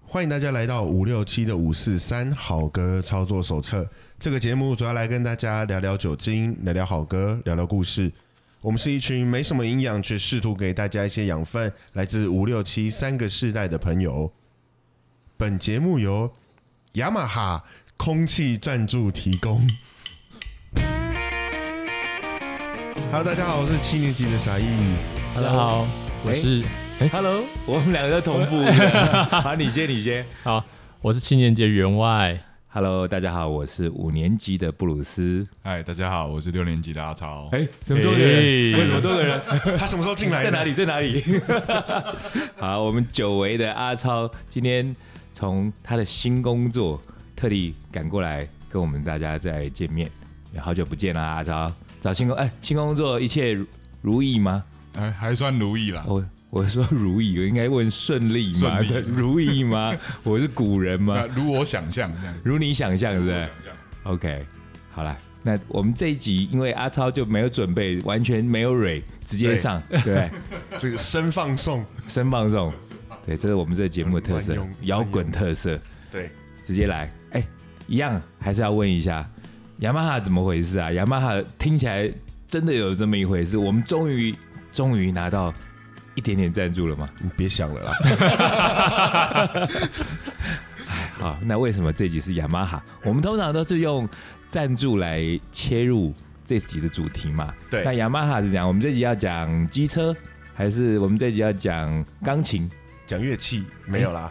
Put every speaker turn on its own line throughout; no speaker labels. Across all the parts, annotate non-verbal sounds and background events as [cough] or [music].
欢迎大家来到五六七的五四三好歌操作手册。这个节目主要来跟大家聊聊酒精，聊聊好歌，聊聊故事。我们是一群没什么营养，却试图给大家一些养分，来自五六七三个世代的朋友。本节目由雅马哈空气赞助提供。Hello，大家好，我是七年级的傻义。
大家好，
哎
我是
Hello，我们两个在同步。 [laughs] 好，你先，你先。
好，我是七年级的员外。
Hello，大家好，我是五年级的布鲁斯。
嗨，大家好，我是六年级的阿超。
哎，怎么多个人？
哎
为什么多个人？
他什么时候进来的？
[laughs] 在哪里？在哪 [laughs] 里？好，我们久违的阿超今天从他的新工作特地赶过来跟我们大家再见面，也好久不见啦，阿超。找新工哎，新工作一切如如意吗？
哎，还算如意啦。
我我说如意，我应该问顺利吗？
顺利
[laughs] 如意吗？我是古人
那
[laughs] 吗？
如我想象这样，
如你想象，是不
如我
是？
想象
OK，好啦，那我们这一集因为阿超就没有准备，完全没有蕊，直接上，对不对，
这个生放送，
生放送，对，这是我们这个节目的特色
万用万，用
摇滚特色，
对，
直接来。哎、一样还是要问一下，雅马哈怎么回事啊？雅马哈听起来真的有这么一回事，我们终于终于拿到一点点赞助了吗？
你别想了啦。
[laughs] 哎好，那为什么这集是雅马哈？我们通常都是用赞助来切入这集的主题嘛。
对
那雅马哈是讲我们这集要讲机车，还是我们这集要讲钢琴？
讲乐器没有啦，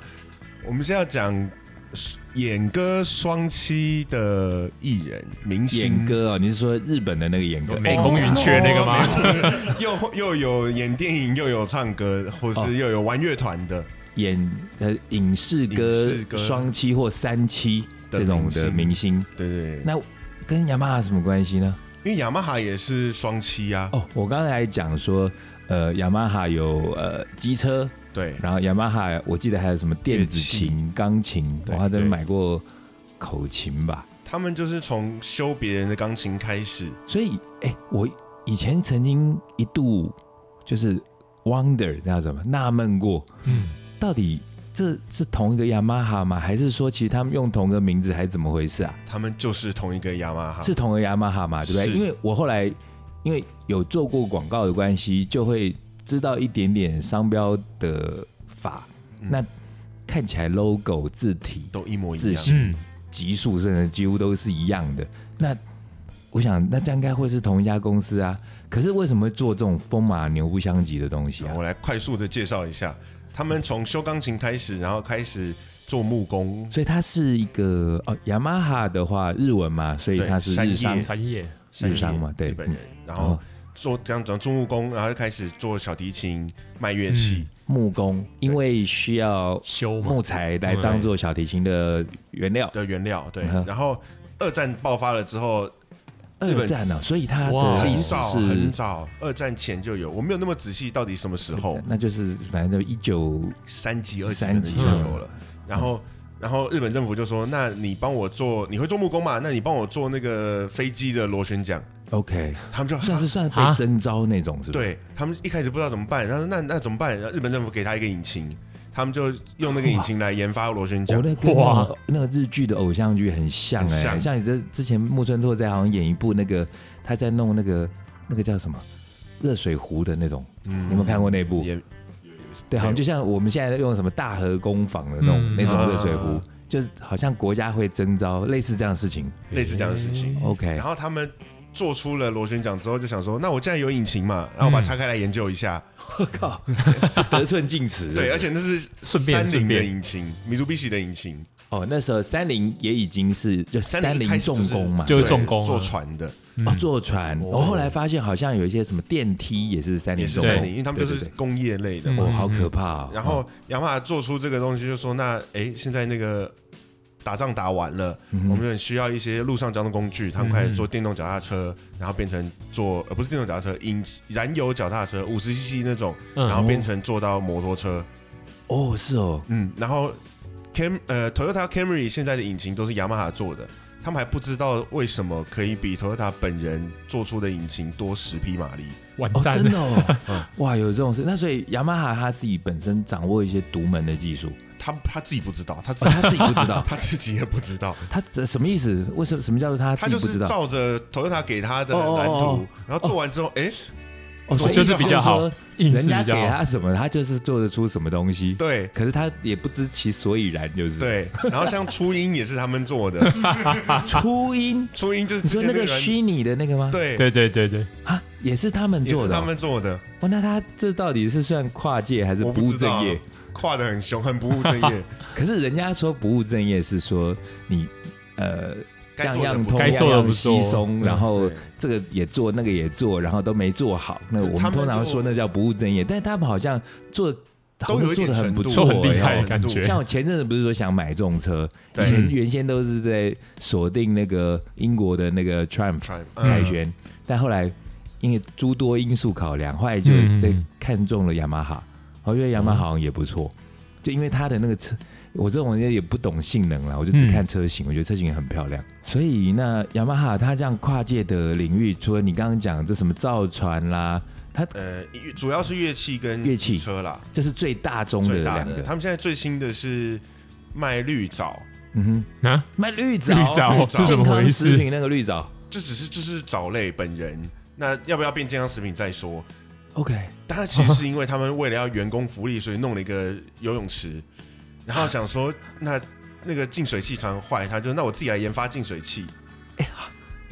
我们是要讲演歌双栖的艺人明星
演，歌哦，你是说日本的那个演歌？哎
美空云雀那个吗？
哦 [laughs] 又又有演电影，又有唱歌，或
哦
是又有玩乐团的，
演呃影视歌
影视歌
双栖或三栖
的
这种的明
明
星，
对对对。
那跟雅马哈什么关系呢？
因为雅马哈也是双栖啊，
哦，我刚才讲说，呃，雅马哈有呃机车，
对，
然后雅马哈，我记得还有什么电子琴、钢琴，我
对
还真
对
买过口琴吧。
他们就是从修别人的钢琴开始，
所以，哎、我以前曾经一度就是 wonder 那叫什么纳闷过，
嗯，
到底这是同一个雅马哈吗？还是说其实他们用同一个名字，还是怎么回事啊？
他们就是同一个雅马哈，
是同一个雅马哈嘛，对不对？
啊是
因为我后来因为有做过广告的关系，就会知道一点点商标的法，
嗯
那看起来 logo 字体
都一模一
自
样。
信级数真的几乎都是一样的。那我想，那这样应该会是同一家公司啊。可是为什么会做这种风马牛不相及的东西啊？
哦我来快速的介绍一下，他们从修钢琴开始，然后开始做木工，
所以它是一个哦，雅马哈的话日文嘛，所以它是
对
日商
山
产业
日商嘛，对
日，本人，然
哦
后做这样子做木工，然后就开始做小提琴、卖乐器，
木工，因为需要
修嘛
木，材来当做小提琴的原料。
的原料，对。
嗯
然后二战爆发了之后，日
二
本
战呢、啊所以它
哇
的
很
历史
早很
哦是。
早，二战前就有，我没有那么仔细，到底什么时候？
那就是反正就一九
三级、二级
三级嗯
可能就有了。然后，然后日本政府就说：“那你帮我做，你会做木工嘛？那你帮我做那个飞机的螺旋桨。 [laughs]
OK，”
他们就
算是算被
啊
征召那种是吧？
对他们一开始不知道怎么办，然后那那怎么办？然后日本政府给他一个引擎，他们就用那个引擎来研发螺旋
我
桨。
哦那跟那
哇
个那个日剧的偶像剧很像
很
哎、
像
像你这之前木村拓哉好像演一部那个他在弄那个那个叫什么热水壶的那种，
嗯
你有没有看过那部？
也
对，好像就像我们现在用什么大和工坊的那种、
嗯
那种热水壶，
啊
就是好像国家会征召类似这样的事情。
类似这样的事
嗯
情。[laughs]
OK，
然后他们做出了螺旋桨之后，就想说，那我既然有引擎嘛，那我把它拆开来研究一下。
我靠，得寸进
[laughs]
尺。
对，而啊且那是
顺便
三菱
顺
的
便
引擎，米珠必喜的引擎，
哦，那时候三菱也已经是就三
菱一开始
菱
就
重
是
工嘛，
就是
对
重工啊
做船的，
哦，坐船。
哦
我、后来发现好像有一些什么电梯也是三菱
也是
重
三
工，
菱，因为他们
对
就
对
是
对
工业类的。
嗯
哦，好可怕、哦。
然后雅马哈做出这个东西，就说那哎，现在那个打仗打完了，
嗯
我们很需要一些路上交通工具，他们开始做电动脚踏车，然后变成做呃不是电动脚踏车，引燃油脚踏车五十 cc 那种，
嗯
然后变成做到摩托车。
哦，是哦，
嗯，然后 Cam 呃 Toyota Camry 现在的引擎都是雅马哈做的，他们还不知道为什么可以比 Toyota 本人做出的引擎多十匹马力。
完
哦，
蛋
[laughs]
真
了，
嗯
的哦，哇，有这种事。那所以雅马哈他自己本身掌握一些独门的技术，
他他自己不知道，他自己
哦他自己不知道
[laughs] ，他自己也不知
[laughs]
道，
他这什么意思？为什么什么叫做他
他
自己
就
不知
是
道？
照着 Toyota 给他的
哦哦哦
蓝图
哦，
然后做完之后，
[laughs]
哎，
哦，所以
就是比
较好
就是说
硬
人
是
家
比较
给
好。
他什么，他就是做得出什么东西。
对
可是他也不知其所以然，就是。
对，然后像初音也是他们做的，
[laughs] 啊
[laughs]
初音，
初音就是
你
之
说
前
那
个
个
人
虚拟的那个吗？
对
对对对对，
啊，也是他们
也
做
是
的
他
哦。
们做的，
哦，那他这到底是算跨界还是
我
不
不
务
知道
正业？，
跨的很凶，很不务正
[laughs]
业，
可是人家说不务正业是说你呃
该
样
做的
样
不
通，
该做的
样样
不做
稀松，
嗯
然后
对
这个也做，那个也做，然后都没做好。那我
他们
们通常说那叫不务正业，但他们好像做好
都
像
有一
做
点
的很
程
不
度，
错、
都很厉害
有
的
一点程
感
度
觉
像我前阵子不是说想买重车，以
对
前原先都是在锁定那个英国的那个 Triumph
嗯
嗯
凯旋，但后来因为诸多因素考量，后来就
嗯哦
在看中了雅马哈，我觉得雅马哈好像也不错，就因为它的那个车，我这种人也不懂性能啦，我就只
嗯
看车型，我觉得车型也很漂亮。所以那雅马哈它这样跨界的领域，除了你刚刚讲这什么造船啦，它
呃，主要是乐器跟
乐器
车啦，
这是最大宗的
最大
两
的。
个，
他们现在最新的是卖绿藻，
嗯
啊，
哼，卖绿藻，
绿藻
绿藻
是怎么
[laughs] 健
回
康食
事？
品那个绿藻
这只是就是藻类本人。那要不要变健康食品再说？
，OK，
但它其实是因为他们为了要员工福利，所以弄了一个游泳池，然后想说 [laughs] 那那个净水器突然坏，他就那我自己来研发净水器，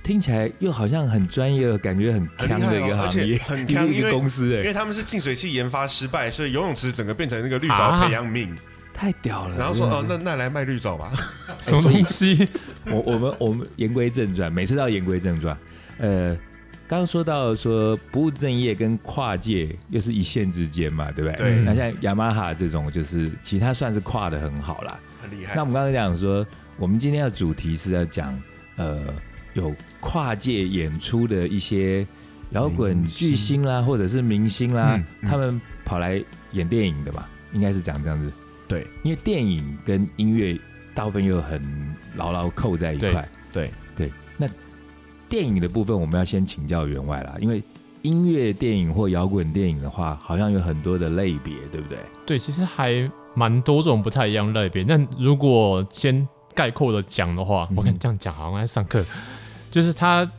听起来又好像很专业，感觉很
很厉
强
害
的一个
哦，而
行
且
业，
很
一个
坑，
[laughs] 一
因
个
为
公司
因
哎，
为他们是净水器研发失败，所以游泳池整个变成那个绿藻
啊
培养皿，
太屌了。
然后说
嗯
真的
哦，那那来卖绿藻吧，
哎
什么东西？ [laughs]
我我们我们言归正传，每次都要言归正传。呃，刚刚说到说不务正业跟跨界又是一线之间嘛，对不对？
对
那像雅马哈这种，就是其实它算是跨的很好啦。
很厉害
那我。们刚刚讲说，我们今天的主题是要讲呃有跨界演出的一些摇滚巨星啦，或者是明星啦，
嗯嗯
他们跑来演电影的吧，应该是讲这样子。
对，
因为电影跟音乐大部分又很牢牢扣在一块。
对
对，那电影的部分我们要先请教员外啦，因为音乐电影或摇滚电影的话，好像有很多的类别，对不对？
对，其实还蛮多种不太一样类别。但如果先概括的讲的话，
嗯
我看这样讲好像在上课，就是它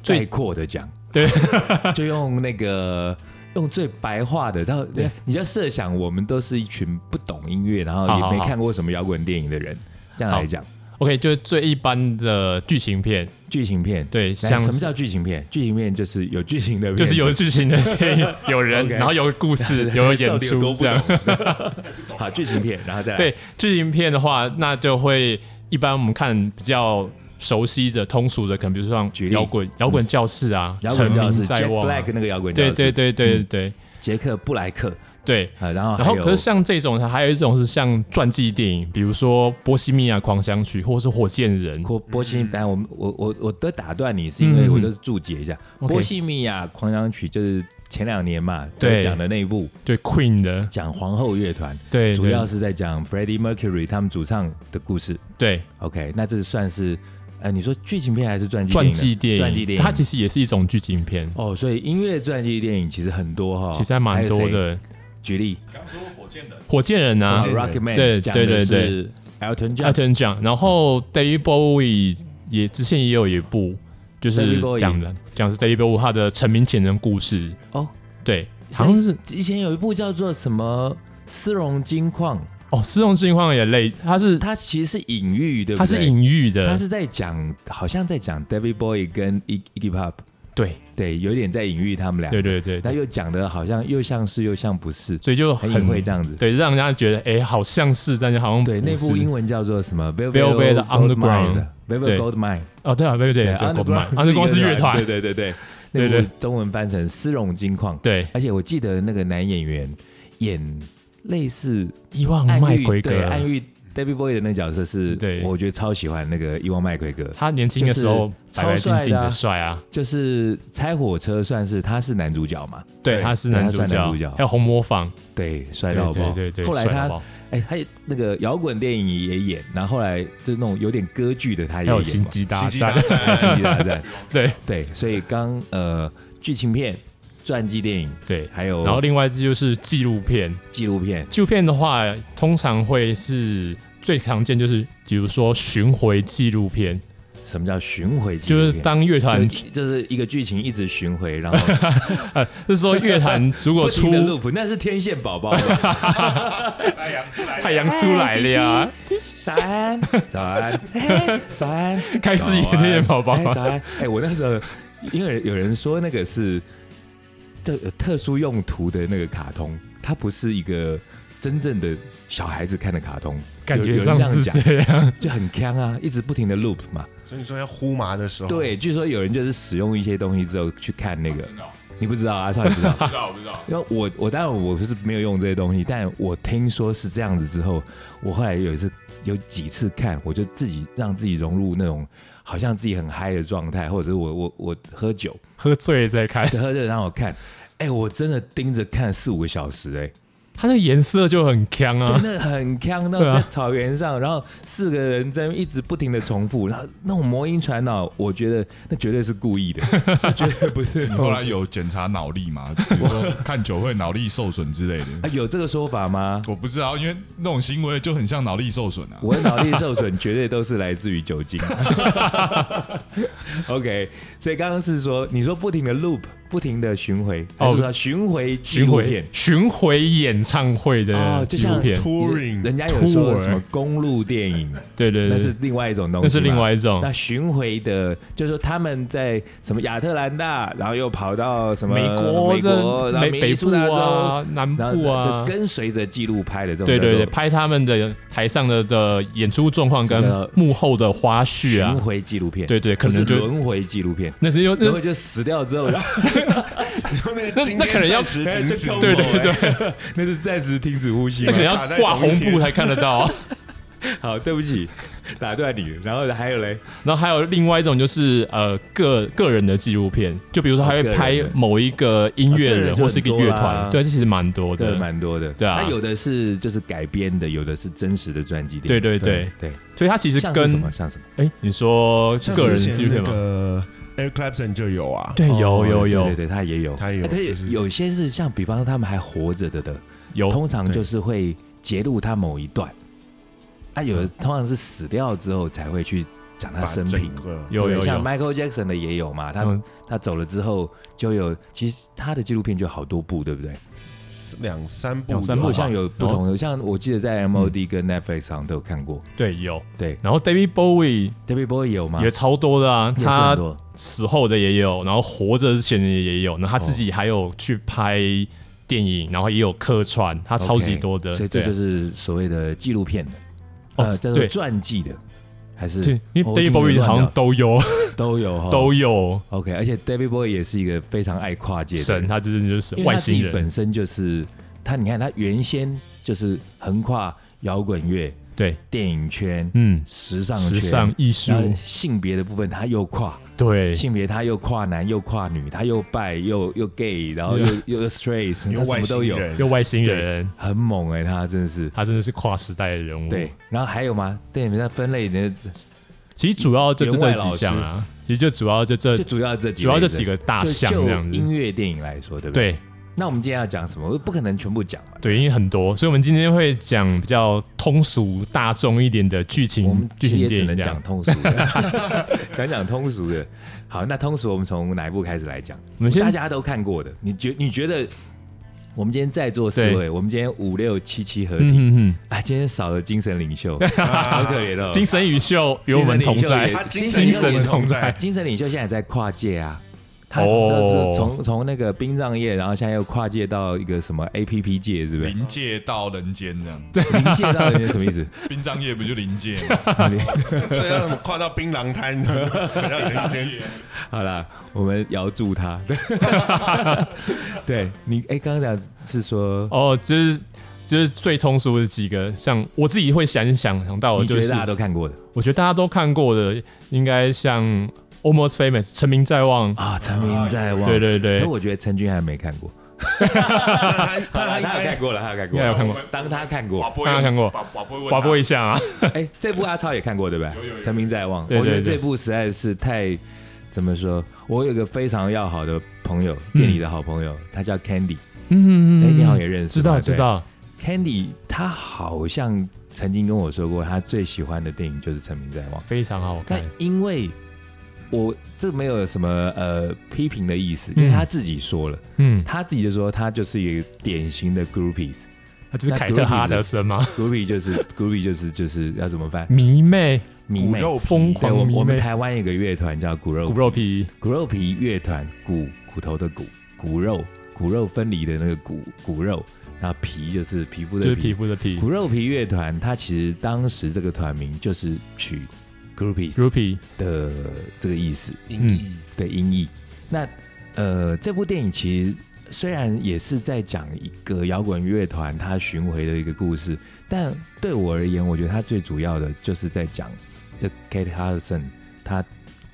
最
概括的讲，
对，
[laughs] 就用那个用最白话的，到你要设想，我们都是一群不懂音乐，然后
好好
也没
好
看过什么摇滚电影的人，这样来讲，
OK，就是最一般的剧情片，
剧情片，
对，
来
像
什么叫剧情片？剧情片就是有剧情的片，
就是有
[laughs]
剧情的电影，有人，
OK
然后有故
[laughs]
事，有演
到
出
底
这
有
样。
多不懂。 [laughs] 好，剧情片，然后再来
对，剧情片的话，那就会一般我们看比较熟悉的、通俗的，可能比如说
举
像
例嗯
摇滚、摇滚教室啊，
摇滚
成
教
名
室
在
，Jack
望啊，
Black 那个摇滚教
对
室，
对对对对
杰克布莱克
对。
啊，然
然
后
后，
还有
可是像这种，还有一种是像传记电影，比如说《波西米亚狂想曲》或是《火箭人》。
波波西米哎亚，我们我我我都打断你，是因为
嗯
我就是注解一下，
OK
波西米亚啊狂想曲》就是前两年嘛，
对
讲的那一部，
对 Queen 的，
讲皇后乐团，
对，
主要
是
是在讲 Freddie Mercury 他们主唱的故事。
对
OK，那这算是呃，你说剧情片还是传记
传
记
记电影，
传记电影，
它其实也是一种剧情片，
哦，所以音乐传记电影其实很多哈，
其实还蛮多
还有谁。
的。
举例
火箭人啊
啊
火箭人
，Rockman
对
讲
对
的
对啊对
是 Elton John，
，Elton John，然后 David Bowie 也之前也有一部，就
David
是
Bowie
讲的讲的是 David Bowie 他的成名前人故事。
哦，
对，
所
好
以
像是
以前有一部叫做什么《丝绒金矿》，
哦，《失控情况》也类，它是
它其实是隐喻，对不对？
它是隐喻的，
他是在讲，好像在讲 David Bowie 跟 Ig- Iggy Pop，
对
对，有点在隐喻他们俩，
对对对
但又讲的好像又像是又像不是，
所以就
很
很
隐晦这样子。
对，让人家觉得哎、好像是，但是好像
对，
不
那部
是
英文叫做什么
Velvet Underground
Velvet
对
Goldmine，
哦，对啊，对对对，对国漫，啊，是光是乐团，
对对对对，
对
那
对
部中文翻成丝绒金矿，
对，
而且我记得那个男演员演类似
伊万
暗
哦麦
喻，
奎格，
对，暗喻 David Bowie 的那个角色是，
对
我觉得超喜欢那个伊万麦奎格，
他年轻的时候
就
白
是
白净净
超帅的啊
的帅啊，
就是拆火车算是他是男主角嘛，
对，
对
他是男主
他算男
角
主角，
还有红魔坊，
对，帅
对
到爆。
对对对，
后来
帅
他
到爆
哎，他也那个摇滚电影也演，然后后来就是那种有点歌剧的他
还
也演
有
嘛。
星际
[laughs]
大
星际大
战，
战
星际大战
对 [laughs]
对，所以刚呃剧情片、传记电影，
对，
还有
然后另外一支就是纪录片，
纪录片，
纪录片的话，通常会是最常见就是，比如说巡回纪录片，
什么叫巡回纪
就
录
是
片？
当乐团，
就就是一个剧情一直巡回，然
[laughs]
后
就是说乐
[laughs]
团如
不
果
停
出
的 loop，那是天线宝宝
[laughs]
吧。
太阳出来了呀，
早安， [laughs] 早安，嘿早安，
开始演天线宝宝
哎，早安。哎，我那时候因为有人说那个是特特殊用途的那个卡通，它不是一个真正的小孩子看的卡通，
感
有
觉
有人
上
这样
是
讲，
这样。
就很坑啊，一直不停的 loop 嘛。
所以你说要呼麻的时候，，
哦
对，据说有人就是使用一些东西之后去看那个，
真的哦，
你不知道啊，少你不知道。
不知道，我不知道。
因为我我当然我就是没有用这些东西，但我听说是这样子之后，我后来有一次有几次看，我就自己让自己融入那种好像自己很嗨的状态，或者是我我我喝酒，
喝醉了再看，
喝酒让我看，哎、我真的盯着看四五个小时、哎。
它那个颜色就很强啊
真，的很呛到
对啊
在草原上，然后四个人在一直不停的重复，然后那种魔音传脑，我觉得那绝对是
[laughs]
故意的，那绝对 [laughs] 不是
你
那种。
后来有检查脑力吗？比如说看酒会脑力受损之类的 [laughs]
啊，，有这个说法吗？
我不知道，因为那种行为就很像脑力受损啊。
我的脑力受损绝对都是来自于酒精。OK，所以刚刚是说，你说不停的 loop，不停的巡回，
哦
哦，巡回纪
巡
录
回
片。
巡回演唱会
哦
的
就
纪录片
像，
Touring
人家有说
Tour
什么公路电影，
对对
那是
对，
另外一种东西嘛，
那是另外一种
那巡回的，就是说他们在什么亚特兰大，然后又跑到什么
美国
呃美国，
的
然后
美
明
北
尼苏
部
达州，
啊、南
然
部
后
啊
就，跟随着记录拍的这种，
对对对，，拍他们的台上的的演出状况跟
这叫
幕后的花絮
巡
啊，
回纪录片，
对对可能
不是
就
轮回纪录片。
那是又
然
那
后就死掉
嗯
之后，然后
[laughs] 那
[laughs]
个今
那可能
天
要哎
暂时停止，哎
对对对
对， [laughs] 那是暂时停止呼吸
那可能
卡
要
在
挂
同一
红布
天
才看得
[laughs]
到啊、
好，对不起，打断你了。然后还有嘞，
然后还有另外一种就是呃个个人的纪录片，就比如说他
哦
会
个人
拍
的
某一个音
啊
乐
个人
人
就
或是一个
很多
乐
啦
团，对，这其实蛮多
对，
的。
蛮多的。
对啊
那有的是就是改编的，有的是真实的传记电
对对
影。
对，
对，
所以它其实
像是什
跟
么像什么？
哎，你说
像
个人
之前
纪录片
那
吗？
个 Air Clapton 就有啊，
对，哎有
哦
有
对
有
对对，他也有，哎
他有
可
就是是
有些是像，比方说他们还活着的的，
有，
通常就是会截录他某一段。啊，有的通常是死掉之后才会去讲他
嗯把
生
整
平。
个
有
对
有
像
有，
Michael Jackson 的也有嘛，他、
嗯
他走了之后就有，其实他的纪录片就好多部，对不对？
两三部有，
两三部
好
吧哦嗯
像有不同的，像我记得在 MOD 跟 Netflix 上都有看过。
对有。
对
然后 David Bowie
，David Bowie 也有吗？
也超多的啊，
也是很
他
多。
死后的也有，然后活着之前的也有，然后他自己还有去拍电影，然后也有客串，他超级
OK，
多的。
所以这
对啊
就是所谓的纪录片的，
哦
呃，叫做
对
传记的，还是
对，因为
哦
David
我今
Bowie
天
好
乱
像
聊
都有
都有
[laughs]
哈，
都有
OK，而且 David Bowie 也是一个非常爱跨界的
神，
人，
他真的就是
哦因为他
外
自己
星人。
本身就是他，你看他原先就是横跨摇滚乐、
对，
电影圈、
嗯，
时尚
时
圈、
尚艺术
然，后性别的部分他又跨， [laughs]
对
性别他又跨男又跨女，他又拜又又 gay，然后又又
[laughs]
又 straight，
有
他什
外
么都
星
有，
人，
又外星人，
很猛哎、他真的是。
他真的是跨时代的人物。
对，，然后还有吗？对，你们在分类的
其实主要就就
员外
这
老
几
师
项啊，其实就主要就这
就主要这几类
主要这几个
就
大项这样
就音
子。
乐电影来说，对不对？
对
那我们今天要讲什么？我不可能全部讲嘛。
对，因为很多，所以我们今天会讲比较通俗大众一点的剧
我
情
们
剧
其实
情
也只
电影
能
这
讲
样。
通俗的， [laughs] 讲讲通俗的。好，那通俗我们从哪一部开始来讲？
我们
大
先
家都看过的，你觉你觉得我们今天在座四
对
位，我们今天五六七七合体，
嗯嗯
哎，今天少了精神
[laughs]
领袖，好可怜哦
嗯，。精神与秀与我们同在
他，精
神
神
跟我们
跟我们
同
同
在
在，
精神领袖现在也在跨界啊。他
哦
是从从那个殡葬业，然后现在又跨界到一个什么 A P P 界，是不是？
临界到人间这样，
临界到人家什么
[laughs]
意思？
殡葬业不就临界吗？
所以要怎么跨到槟榔 [laughs] 摊，回到人间。
好啦，我们遥
[laughs]
祝他。对你，哎、刚刚讲是说，
哦，就是就是最通俗的几个，像我自己会想想想到的
你觉
就
得
是
大，家都看过的
我觉得大家都看过的，应该像《Almost Famous》《成名在望》，
啊？哎陈明在望，
对对对
可，我觉得陈君还没看过，
他他
他
应
[laughs]
该
看过了，他看过，
应该有看过。哦
当他看
寡
过，
播
大家看过
寡寡播问他
划拨一下啊，
哎、这部阿超也看过对不
有有有
对？陈明在望，
对
我觉得
对对
这部实在是太怎么说？我有一个非常要好的朋友，店里的好朋友，他叫 Candy，
[laughs] 嗯
哎，你好像也认识
知
吧，
道
对
知道，
Candy 他好像曾经跟我说过，他最喜欢的电影就是《成名在望》。
非常好
但
看。
因为我这没有什么呃批评的意思，因为
嗯
他自己说了，
嗯，
他自己就说他就是一个典型的 groupies，groupie
他就是
那
凯特哈德森吗？
就是 [laughs] groupie 就是就是要怎么翻
迷妹
迷
骨
妹。
肉
嗯疯
皮
对，我
狂迷
我们
妹，
台湾有个乐团叫骨肉
骨肉皮，
骨肉皮乐团，骨骨头的骨，骨肉骨肉分离的那个骨骨肉，然后皮就是皮肤
就
的
是皮肤的皮
骨肉皮乐团，它其实当时这个团名就是取 groupies
，groupie，
的这个意思
嗯
音译
的音译。那呃，这部电影其实虽然也是在讲一个摇滚乐团它巡回的一个故事，但对我而言，我觉得它最主要的就是在讲这 Kate Hudson 他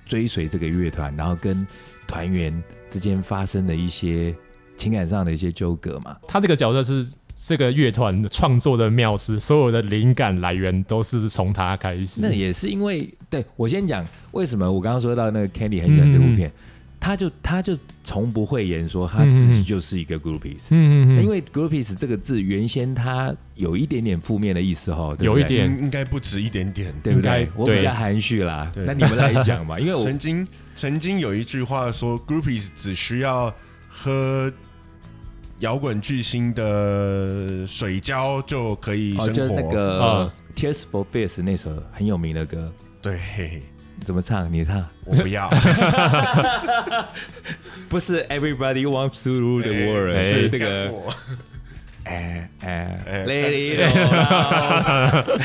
追随这个乐团，然后跟团员之间发生的一些情感上的一些纠葛嘛。
他这个角色是这个乐团创作的缪斯，所有的灵感来源都是从他开始。
那也是因为，对我先讲为什么我刚刚说到那个 Candy 很喜欢这部片，他就他就从不讳言说他自己就是一个 groupies，、
嗯
因
嗯嗯，
为 groupies 这个字原先它有一点点负面的意思哦，对不对
有一点
应应该不止一点点。
对不
应
对
该？
我
对
比较含蓄啦，
对
那你们来
[laughs]
讲嘛，因为我
曾经曾经有一句话说，groupies 只需要喝摇滚巨星的水胶就可以
哦，
生
就是
活。
那个、
啊
Tears for Fears 那首很有名的歌， [laughs]
对，
怎么唱？你唱？
我不要。
不是 Everybody wants to rule the world，、
哎
是
干
那个
我
哎哎
哎
Lady Gaga，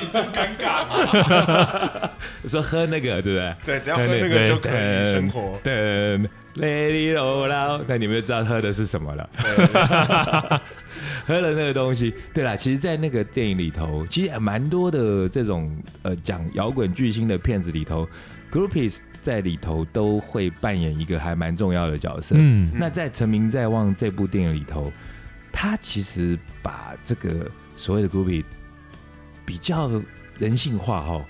你真哎尴尬嘛。
[laughs] 说喝那个对不对？
对，只要喝那个就可以生
哎
活。
等 Lady o l 那你们就知道喝的是什么了。 [laughs] 喝了那个东西，对啦，其实，在那个电影里头，其实蛮多的这种呃讲摇滚巨星的片子里头，groupies 在里头都会扮演一个还蛮重要的角色。
嗯
那在《成名在望》这部电影里头，他其实把这个所谓的 groupie 比较人性化哦，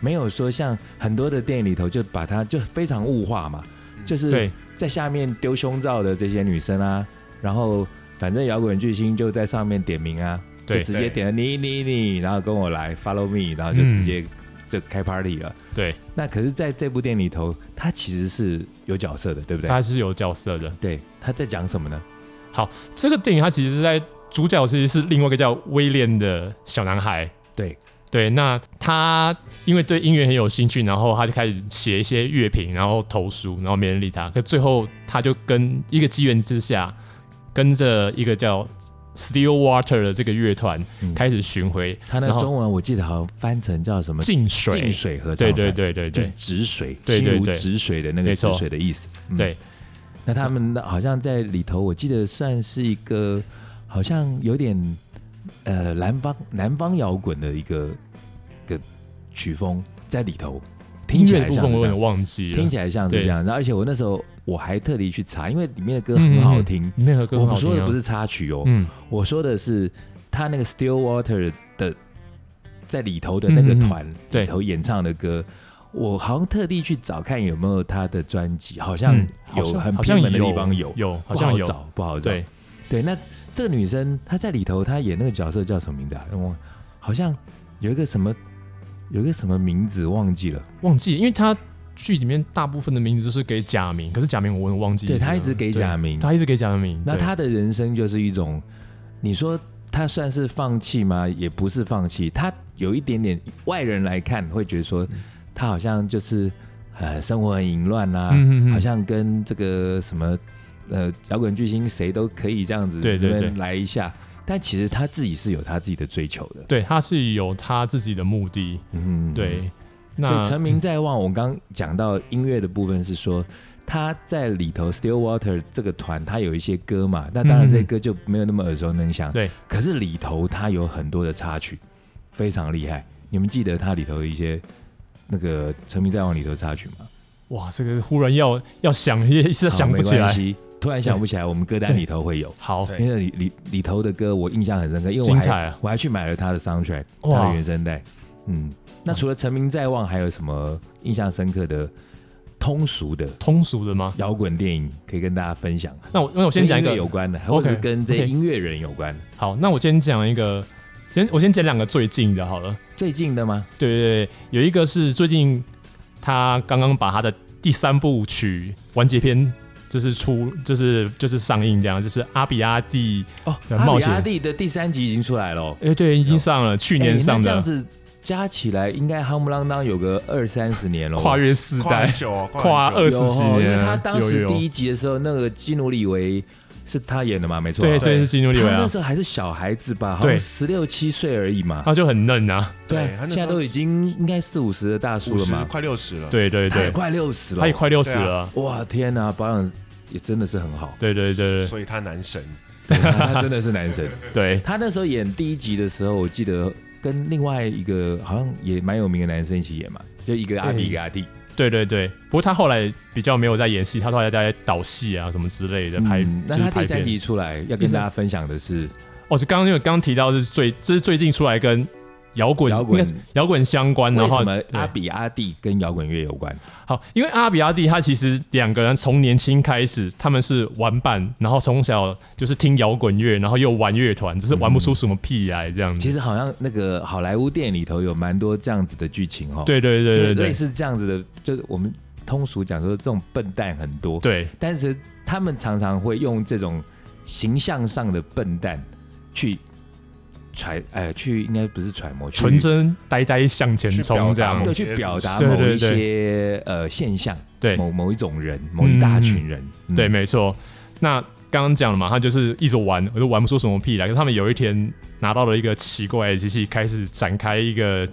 没有说像很多的电影里头就把它就非常物化嘛，就是
对，
在下面丢胸罩的这些女生啊，然后反正摇滚巨星就在上面点名啊，就
对
直接点了你你你，然后跟我来 follow me，然后就
嗯
直接就开 party 了。
对，
那可是，在这部电影里头，他其实是有角色的，对不对？
他是有角色的。
对，他在讲什么呢？
这个电影它其实是在主角其实是另外一个叫威廉的小男孩。
对
对，那他因为对音乐很有兴趣，然后他就开始写一些乐评，然后投书，然后没人理他。可最后他就跟一个机缘之下，跟着一个叫 Stillwater 的这个乐团、
嗯
开始巡回，
他
然
那个
后
中文我记得好像翻成叫什么
进水，
进水合唱
对
团，
对对对
就
对
是止水，
对对
心如
对
止水的那个
没
止
错
水的意思。嗯
对，
那他们好像在里头，我记得算是一个好像有点呃南方南方摇滚的一个一个曲风在里头，听
音
起
乐的
来
部
像
分
是
我有
这样
点，忘记了，
听起来像是
对
这样。然后而且我那时候我还特地去查，因为里面的歌很好听。
那个歌
我
很
们
好
说
听
的
啊
不是插曲哦，
嗯
我说的是他那个 Stillwater 的在里头的那个团、
对
里头演唱的歌，我好像特地去找看有没有他的专辑，好像
嗯好
有
像
很
好
偏
像
门的地
有
方有，
有好
不
像
好
有
找，不好找。
对
对那这个女生她在里头，她演那个角色叫什么名字啊？我好像有一个什么有一个什么名字忘记了。
忘记，因为他剧里面大部分的名字都是给假名，可是假名我忘记了。
对他一直给假名
对他一直给假名。
那
对
他的人生就是一种，你说他算是放弃吗？也不是放弃，他有一点点外人来看会觉得说，
嗯
他好像就是呃生活很淫乱啦、
嗯嗯嗯
好像跟这个什么呃摇滚巨星谁都可以这样子
对对
随便
对
来一下，但其实他自己是有他自己的追求的，
对他是有他自己的目的。
嗯，。
对，
所
那
以成名在望，我刚讲到音乐的部分是
[laughs]
说，他在里头 Stillwater 这个团，他有一些歌嘛，那当然
嗯
这些歌就没有那么耳熟能详。
对，
可是里头他有很多的插曲，非常厉害。你们记得他里头的一些那个成名在望里头的插曲吗？
哇，这个忽然要要想，一时
好
想不起
哦没关
来。
系突然想不起来，我们歌单里头会有。
好，
对
因为里里里头的歌我印象很深刻，因为我
精
还
彩啊！
我还去买了他的 soundtrack，
哇
他的原声带。嗯，那除了成名在望，还有什么印象深刻的？通俗的
通俗的吗？
摇滚电影可以跟大家分享？
那我那我先讲一
跟音乐
个
有关的，或者是
OK，
跟这些
OK
音乐人有关。
好，那我先讲一个，先我先讲两个最近的好了。
最近的吗？
对对对，有一个是最近他刚刚把他的第三部曲完结篇，就是出就是就是上映这样，就是阿比阿蒂，
哦，
对
阿
冒
比
险
阿弟的第三集已经出来了哦，
哎、对，已经上了，去
哎
年
那
上
这样
的，
子加起来应该夯不啷当有个二三十年了哦。
跨越世
跨
代
很，久哦，
跨
很久
二
有
十几
哦因
年
为
啊，
他当时
有有
第
有
一集的时候，那个基努里维是他演的嘛？没错啊，
对对
对
是基努里维
他那
啊，
时候还是小孩子吧，好
对
像十六七岁而已嘛。
他就很嫩啊，
对他那时候
现在都已经应该四五十的大叔
五
了
十
嘛，
快六十了，
对对
他也
对，
快六十了
他也。快六十
对啊
了啊，，
哇，天哪，保养也真的是很好
对对对对
所以他男神。
[laughs] 他真的是男神。
对，
他那时候演第一集的时候，我记得跟另外一个好像也蛮有名的男生一起演嘛，就一个阿比一个阿弟，
对对对，不过他后来比较没有在演戏，他后来在导戏啊什么之类的拍，
嗯
就
那
是
他
拍
第三
片。
集出来要
第
跟
三
大家分享的是
哦，就刚刚因为刚刚提到的是最，这是最近出来跟摇滚
摇滚
应该是摇滚相关的
为
话
什，么啊
对
阿比阿弟跟摇滚乐有关。
好，因为阿比阿弟他其实两个人从年轻开始，他们是玩伴，然后从小就是听摇滚乐，然后又玩乐团，只是玩不出什么屁来这样子。
嗯其实好像那个好莱坞电影里头有蛮多这样子的剧情哦，
对对对对
类
对
似这样子的，就是我们通俗讲说这种笨蛋很多，
对
但是他们常常会用这种形象上的笨蛋去揣，呃，去应该不是揣摩，去
纯真呆呆向前冲这样
去表达。
对，去表达
对
某
对
一些呃现象，
对
某某一种人，某一大群人，嗯，
对，，没错。那刚刚讲了嘛，他就是一直玩，我就玩不出什么屁来。可是他们有一天拿到了一个奇怪的机器，开始展开一个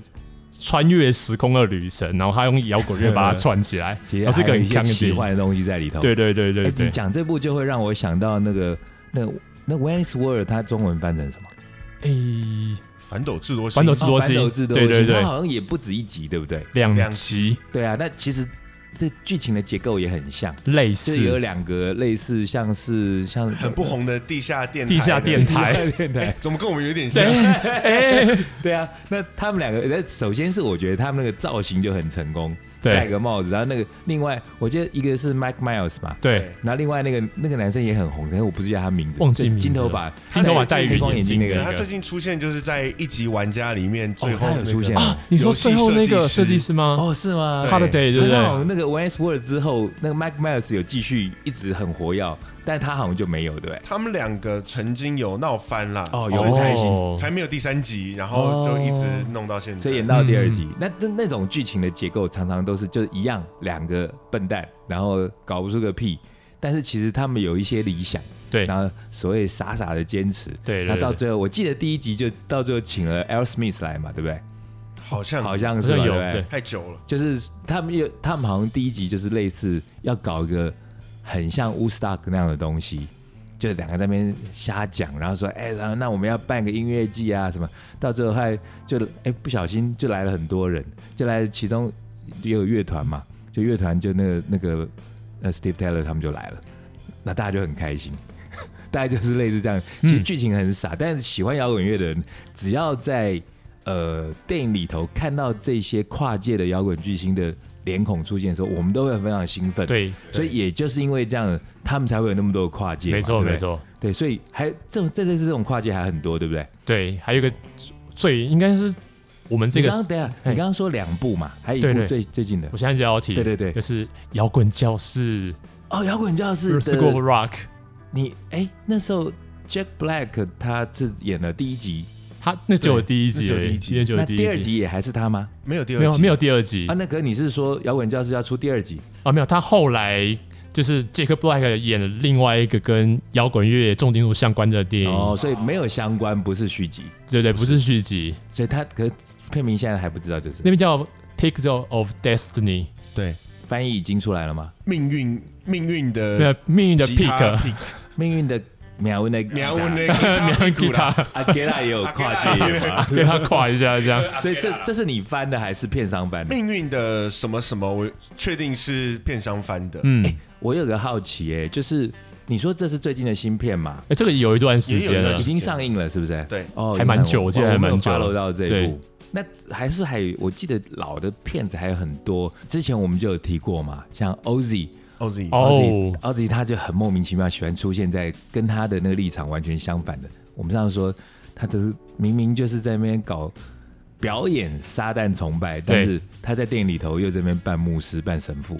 穿越时空的旅程，然后他用摇滚乐把它串起 [laughs] 来
其实
然后是
还
个
有
很
一些
强的
奇
电影。
幻的东西在里头。
对对对
哎
对对
你，讲这部就会让我想到那个那那 w h e n is World，它中文翻成什么？
哎，
反斗智多星，
反斗智多星
哦反斗智多
对
星，
对对
它好像也不止一集，对不对？
两
两
集
对啊，那其实这剧情的结构也很像，
类
就是有
似，
两个类似像是像
很不红的地下电台
地下电台
台电台，
怎么跟我们有点像？
哎，哎
对啊，那他们两个，那首先是我觉得他们那个造型就很成功，戴
对
个帽子，然后那个另外，我记得一个是 Mike Miles 嘛，
[laughs]
哎
对，
然后另外那个那个男生也很红，但是我不记得他名字，
忘记
对
名字
金头发，
金头发戴
黑
圆
框眼
眼
镜
镜
那
对
个
那
他
个
最近出现就是在一级玩家里面最后
他
那
有
个
出现啊
你说最后那
游戏
个设
设
计
计
师吗？
哦，是吗？
对
Holiday 对不
他好
对？
像那个 West World 之后，那个 Mike Miles 有继续一直很活跃，但他好像就没有，对不对？
他们两个曾经有闹翻啦，
哦有
所以才
哦
才没有第三集，然后就一直弄到现在
所以。演到第二集，
嗯
那那那种剧情的结构常常都是就是一样，两个笨蛋，然后搞不出个屁，但是其实他们有一些理想，
对
然后所谓傻傻的坚持，
对
那
对
到
对，
最后，我记得第一集就到最后请了 L Smith 来嘛，对不对？
好像
好像
嗯好
是吧
像有
对不对
对，
太久了，
就是他们有他们好像第一集就是类似要搞一个很像 Woodstock 那样的东西，就两个在那边瞎讲，然后说哎，然后那我们要办个音乐季啊什么，到最后还就哎不小心就来了很多人，就来了其中也有乐团嘛，就乐团就那个那个呃 Steve Taylor 他们就来了，那大家就很开心。 [laughs] 大概就是类似这样，其实剧情很傻，但是喜欢摇滚乐的人，只要在呃电影里头看到这些跨界的摇滚巨星的脸孔出现的时候，我们都会非常兴奋。，
对，
所以也就是因为这样，他们才会有那么多的跨界嘛。
没错
对不对
没。错。
对，所以还这种这类似这种跨界还很多，对不对？
对，还有一个最应该是我们这个
你，刚刚等一下，
哎
你刚刚说两部嘛，还有一
对
部
对
最最近的
我现在就要提，
对对对
就是摇滚教室
哦，摇滚教室
（School of
的
Rock），
你哎，那时候 Jack Black 他是演了第一集，
他那只有第一集而
对
已，
那只
那只有
那
第
第二
一集，
集也还是他吗？
没有第二
没
集，
有没有第二集
啊，那可是你是说摇滚教室要出第二集？
啊，没有。他后来就是杰克 ·Black 演了另外一个跟摇滚乐重金属相关的电
哦，
影，
所以没有相关，不是续集，
对对，不是续集，
所以他可是片名现在还不知道，就是
那边叫《Pixel of Destiny
对
翻译已经出来了吗？
命运命运》，的
对，命运的 Pick，
命运的秒的
鸟
的 [laughs]
那
[laughs]
个
吉他
阿给拉也有跨界嘛，
给他跨一下这样。
所以这这是你翻的还是片商翻的？
命运的什么什么，我确定是片商翻的，
嗯，
我有个好奇哎、就是你说这是最近的新片嘛？
哎，这个有一段时
也
间
有一
了
段
已
时，
经上映了是不是？
对
哦，
还蛮久我记得还蛮久
漏到这一
对
部，那还是还有我记得老的片子还有很多，之前我们就有提过嘛，像 Ozzy。
奥斯
哦
Ozzy Ozzy 他就很莫名其妙喜欢出现在跟他的那个立场完全相反的。我们上次说他的明明就是在那边搞表演撒旦崇拜，但
对
是他在电影里头又在那边扮牧师扮神父。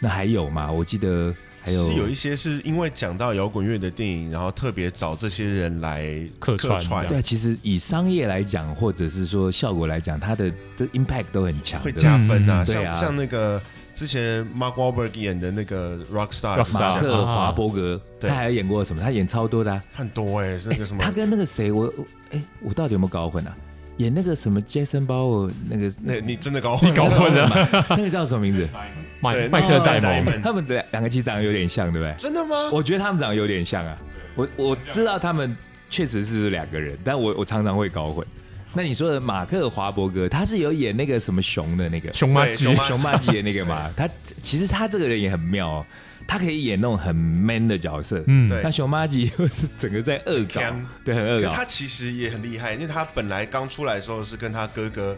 那还有吗？我记得还有
是有一些是因为讲到摇滚乐的电影，然后特别找这些人来
客
客串
串这
对
样
啊，其实以商业来讲，或者是说效果来讲，它的这 impact 都很强
会
的。
加分啊，
嗯对啊
像像那个之前 Mark Wahlberg 演的那个 Rockstar，
Rockstar
马克华伯格，
对
他还有演过什么？他演超多的啊、
很多哎，是那个什么
他跟那个谁，我我哎、我到底有没有搞混啊？演那个什么 Jason Bauer 那个
那 [laughs] 你真的搞
你搞混了，
那个叫什么
[laughs]
名字？哦
麦
对
麦克戴蒙
蒙，
他们的两个其实长得有点
[laughs]
像，对不对？
真的吗？
我觉得他们长得有点像啊。我我知道他们确实是两个人，但我我常常会搞混。那你说的马克华伯格，他是有演那个什么熊的那个
熊妈
对
鸡
熊妈
熊妈鸡的那个
[laughs]
嘛？他其实他这个人也很妙哦，他可以演那种很 man 的角色。
嗯，
对
那熊妈鸡又是整个在恶搞
强，
对，啊很恶
可
搞。
他其实也很厉害，因为他本来刚出来的时候是跟他哥哥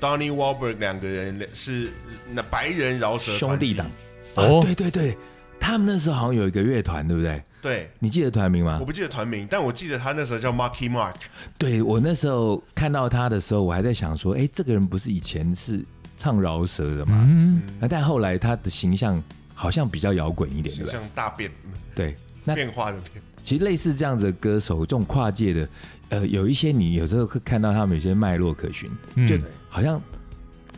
Donny Wahlberg 两个人是那白人饶舌
兄
团体
弟党。
哦
哦，对对对，他们那时候好像有一个乐团，对不对？
对，
你记得团名吗
我？不记得团名，但我记得他那时候叫 Marky Mark，
对我那时候看到他的时候，我还在想说，哎，这个人不是以前是唱饶舌的吗？
嗯，
那但后来他的形象好像比较摇滚一点，对
形
不对？
象大变
对，那
变化的变。
其实类似这样子的歌手，这种跨界的，呃，有一些你有时候会看到他们有些脉络可循，
嗯
就好像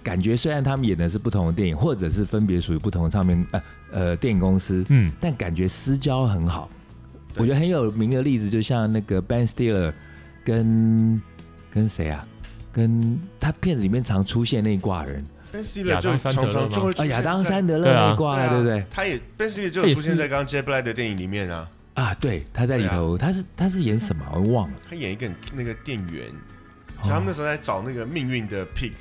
感觉虽然他们演的是不同的电影，或者是分别属于不同的唱片呃呃电影公司，
嗯，
但感觉私交很好。
对
我觉得很有名的例子，就像那个 Ben Stiller 跟跟谁啊？跟他片子里面常出现那一挂人，
Ben
亚
Stiller
当
就
山
常
德勒
常
吗
就会出
啊，
现
亚当·
在
山德勒
对啊
那一挂，
啊
对不对？
他也 Ben Stiller 就有
他也
出现
是
在刚刚 J Black 的电影里面啊，
啊，对，他在里头，他是他是演什么？我忘了。
他演一个很那个店员，所以他们那时候在找那个命运的 pick，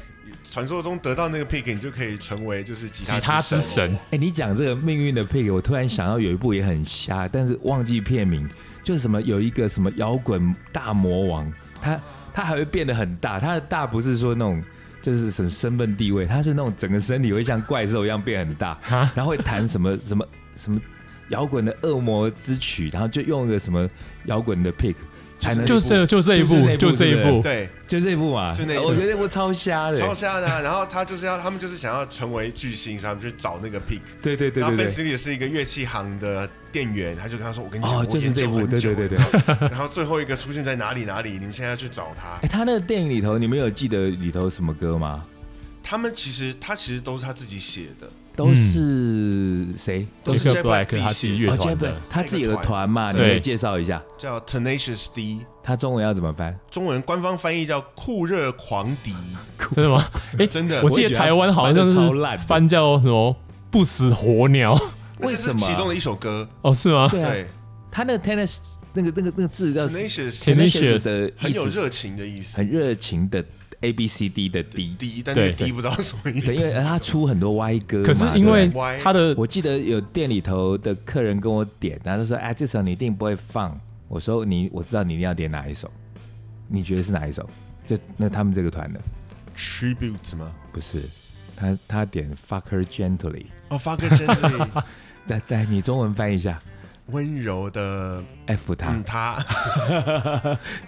传说中得到那个 pick，你就可以成为就是吉
吉他之神，
哎、你讲这个命运的 pick，我突然想到有一部也很瞎，但是忘记片名，就是什么有一个什么摇滚大魔王，他他还会变得很大，他的大不是说那种就是什么身份地位，他是那种整个身体会像怪兽一样变很大，然后会弹什么什么什么摇滚的恶魔之曲，然后就用一个什么摇滚的 pick 才能
就这就这一部，就
就
这
这一
一
部
部， [laughs]
对，
就这一部嘛，
就那一部
我觉得那部超瞎的、
超吓的啊。然后他就是要，他们就是想要成为巨星，所以他们去找那个 pick。
对对对
然后
对
Ben
对。
Stiller 是一个乐器行的店员，他就跟他说：“我跟你讲，
哦，
我
就是
研
这
究
一部，
很
对
久
对对对。
了然后最后一个出现在哪里哪里，你们现在要去找他
哎、。他那个电影里头，你们有记得里头什么歌吗？
他们其实他其实都是他自己写的，
都是谁？
都
嗯杰
是 Jack
克
Black 哦自
Black
己
他自己
写
乐
杰
团
本
的，
他自己有个团嘛，你
对
可以介绍一下，
叫 Tenacious D，
他中文要怎么翻？
中文官方翻译叫酷热狂敌，
真的吗？哎，
真的
我记
也
得
觉得
台湾好像
翻得超
是
烂的
翻叫什么不死火鸟
那
为
是
什么
其中
啊？
的一首歌，
哦，是吗？
对啊，
对
他那个 tennis 那个那个那个字叫
，Tenacious
Tenacious
的
很有
意思是
热情的意思，
很热情的 A B C D 的 D，
D，但是
对
D 不知道什么意
对，因为
思。
他出很多歪歌嘛，
可是因
对不
为
对
对
他的
我记得有店里头的客人跟我点，然后就说：“哎，这首你一定不会放。”我说：“你，我知道你一定要点哪一首，你觉得是哪一首？”就那他们这个团的
Tribute 吗？
不是，他他点 “fucker gently”，
哦，发哥真的
再再你中文翻译一下
温柔的，
，F 他。
嗯，他
[laughs]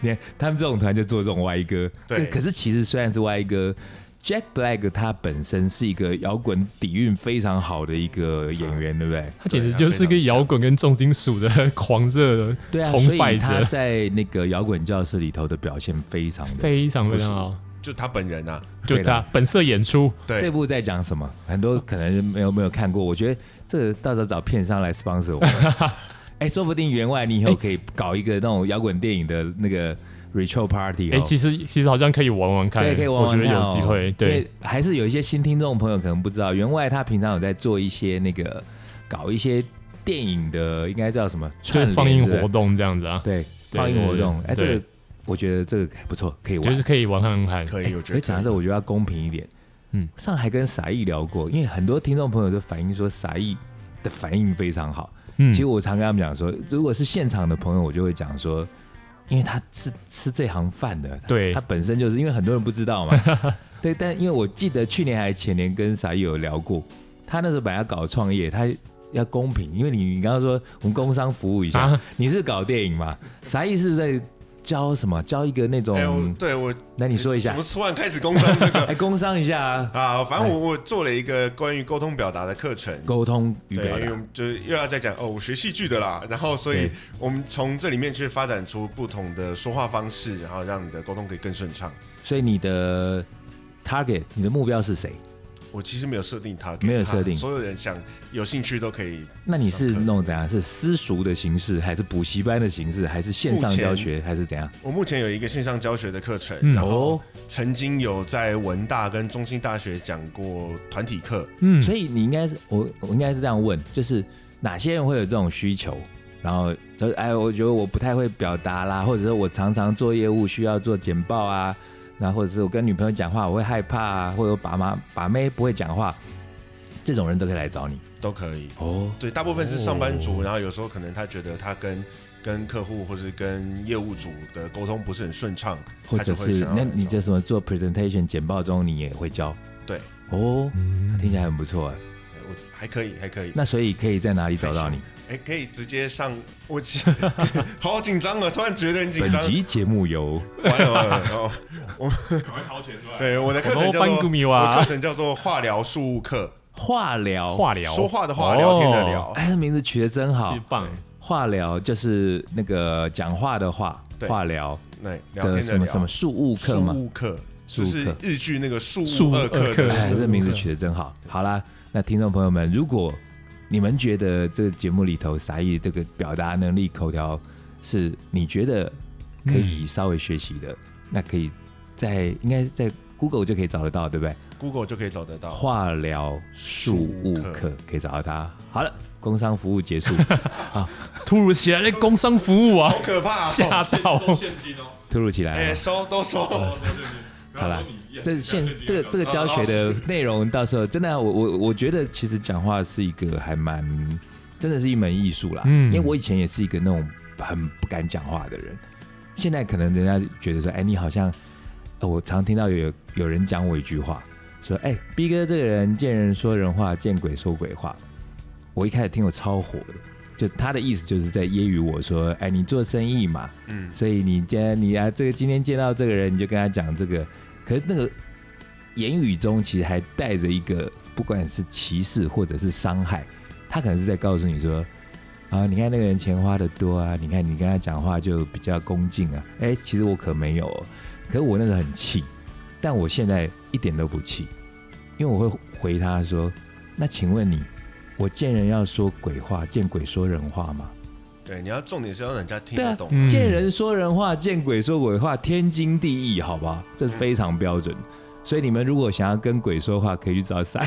你看他们这种团就做这种歪歌，
对
可是其实虽然是歪歌，Jack Black 他本身是一个摇滚底蕴非常好的一个演员，对不对？
他简
啊
直就是个摇滚跟重金属的 [laughs] 狂热
对
的
啊，所
崇拜
以他
者，
在那个摇滚教室里头的表现非常的
[laughs] 非常非常好，
就他本人啊，
就
对
他
啦
本色演出，
对
这，部在讲什么？很多可能没有没有看过。我觉得这个到时候找片商来 sponsor 我们。哎、说不定员外你以后可以搞一个那种摇滚电影的那个 retro party 哦。
哎，其实其实好像可以玩玩看，
对，可以玩玩
我觉
看、
得
哦、
有机会，
因
对
为，还是有一些新听众朋友可能不知道，员外他平常有在做一些那个搞一些电影的，应该叫什么
就
串
是
联
放映活
动，
动这样子啊，
对，
对
放映活动。哎、
对
这
对
个我觉得这个还不错，可以玩。
就是可以玩看看，
可
哎
以，我觉
可
得
是讲
可
到
以
这，我觉得要公平一点。嗯
嗯，
上海跟傻艺聊过，因为很多听众朋友都反映说傻艺的反应非常好。
嗯
其实我常跟他们讲说，如果是现场的朋友，我就会讲说，因为他是吃这行饭的，他
对
他本身就是因为很多人不知道嘛， [laughs] 对，但因为我记得去年还前年跟傻一有聊过，他那时候本来要搞创业，他要公平，因为你你刚刚说我们工商服务一下，
啊
你是搞电影嘛，傻一是在教什么？教一个那种，
哎、我对我
那你说一下
怎么，突然开始工商这个
[laughs]
[laughs]
哎，工商一下啊，
啊？反正我我做了一个关于沟通表达的课程。
沟通与
对，
表
因为我
达，
们就是又要再讲哦，我学戏剧的啦，然后所以
对
我们从这里面去发展出不同的说话方式，然后让你的沟通可以更顺畅。
所以你的 target，你的目标是谁？
我其实没有设定它，
没有设定
所有人想有兴趣都可以。
那你是
上课
弄怎样？是私塾的形式，还是补习班的形式，还是线上教学，还是怎样？
我目前有一个线上教学的课程，
嗯
然后
哦，
曾经有在文大跟中兴大学讲过团体课，
嗯，
所以你应该是我，我应该是这样问，就是哪些人会有这种需求？然后就是哎，我觉得我不太会表达啦，或者是我常常做业务需要做简报啊，那或者是我跟女朋友讲话我会害怕啊，或者我把妈把妹不会讲话，这种人都可以来找你
都可以。
哦。
对，大部分是上班族，然后有时候可能他觉得他跟跟客户或是跟业务组的沟通不是很顺畅，
或者
他就会
是
想要
那
来
你
找
这什么做 presentation 简报中你也会教？
对
哦，听起来很不错哎。
哎我还可以，还可以。
那所以可以在哪里找到你？
哎，可以直接上我其，
[laughs]
好紧张啊！突然觉得很紧
本
张，
集节目由
完了完了。然后
赶快掏钱出来。
对我的课
我
程
们
叫做
班古米娃
我课程叫做化疗术务课，
化疗，
化疗
说话的话，聊天的，聊。
哎，这名字取得真
哦
好
巨。哦棒，
化疗就是那个讲话的话，
对
化疗
那聊天
的
的
什么
聊
什么术务课
术
吗？
务课，
术
就
务
是
课
日剧那个术
术
务
务
二
二
课
课
的
哎，
术务
这名字
课
取得真好。好啦，那听众朋友们，如果你们觉得这个节目里头撒意这个表达能力、口条是你觉得可以稍微学习的，那可以在应该是在 Google 就可以找得到，对不对？
Google 就可以找得到。
化疗术务课可以找到他。好了，工商服务结 [laughs] 束，
突如其来的工商服务啊
好，可怕、
[laughs] 吓
哦！
到，
收现金哦，
突如其来
哎、
啊、
收都收，
收现金。不要
好啦
说你啊
这现这个这个
哦
教学的内容，到时候真的啊，我我我觉得其实讲话是一个还蛮，真的是一门艺术啦。
嗯
因为我以前也是一个那种很不敢讲话的人，现在可能人家觉得说，哎，你好像，呃我常听到有有人讲我一句话，说，哎逼哥这个人见人说人话，见鬼说鬼话。我一开始听我超火的，就他的意思就是在揶揄我说，哎，你做生意嘛，
嗯，
所以你今天你啊，这个今天见到这个人，你就跟他讲这个。可是那个言语中其实还带着一个，不管是歧视或者是伤害，他可能是在告诉你说，啊，你看那个人钱花的多啊，你看你跟他讲话就比较恭敬啊。哎、其实我可没有、哦，可是我那时候很气，但我现在一点都不气，因为我会回他说，那请问你，我见人要说鬼话，见鬼说人话吗？
对，你要重点是要让人家听
对啊
得懂。
嗯
见人说人话，见鬼说鬼话，天经地义，好吧？这非常标准。所以你们如果想要跟鬼说话，可以去找塞。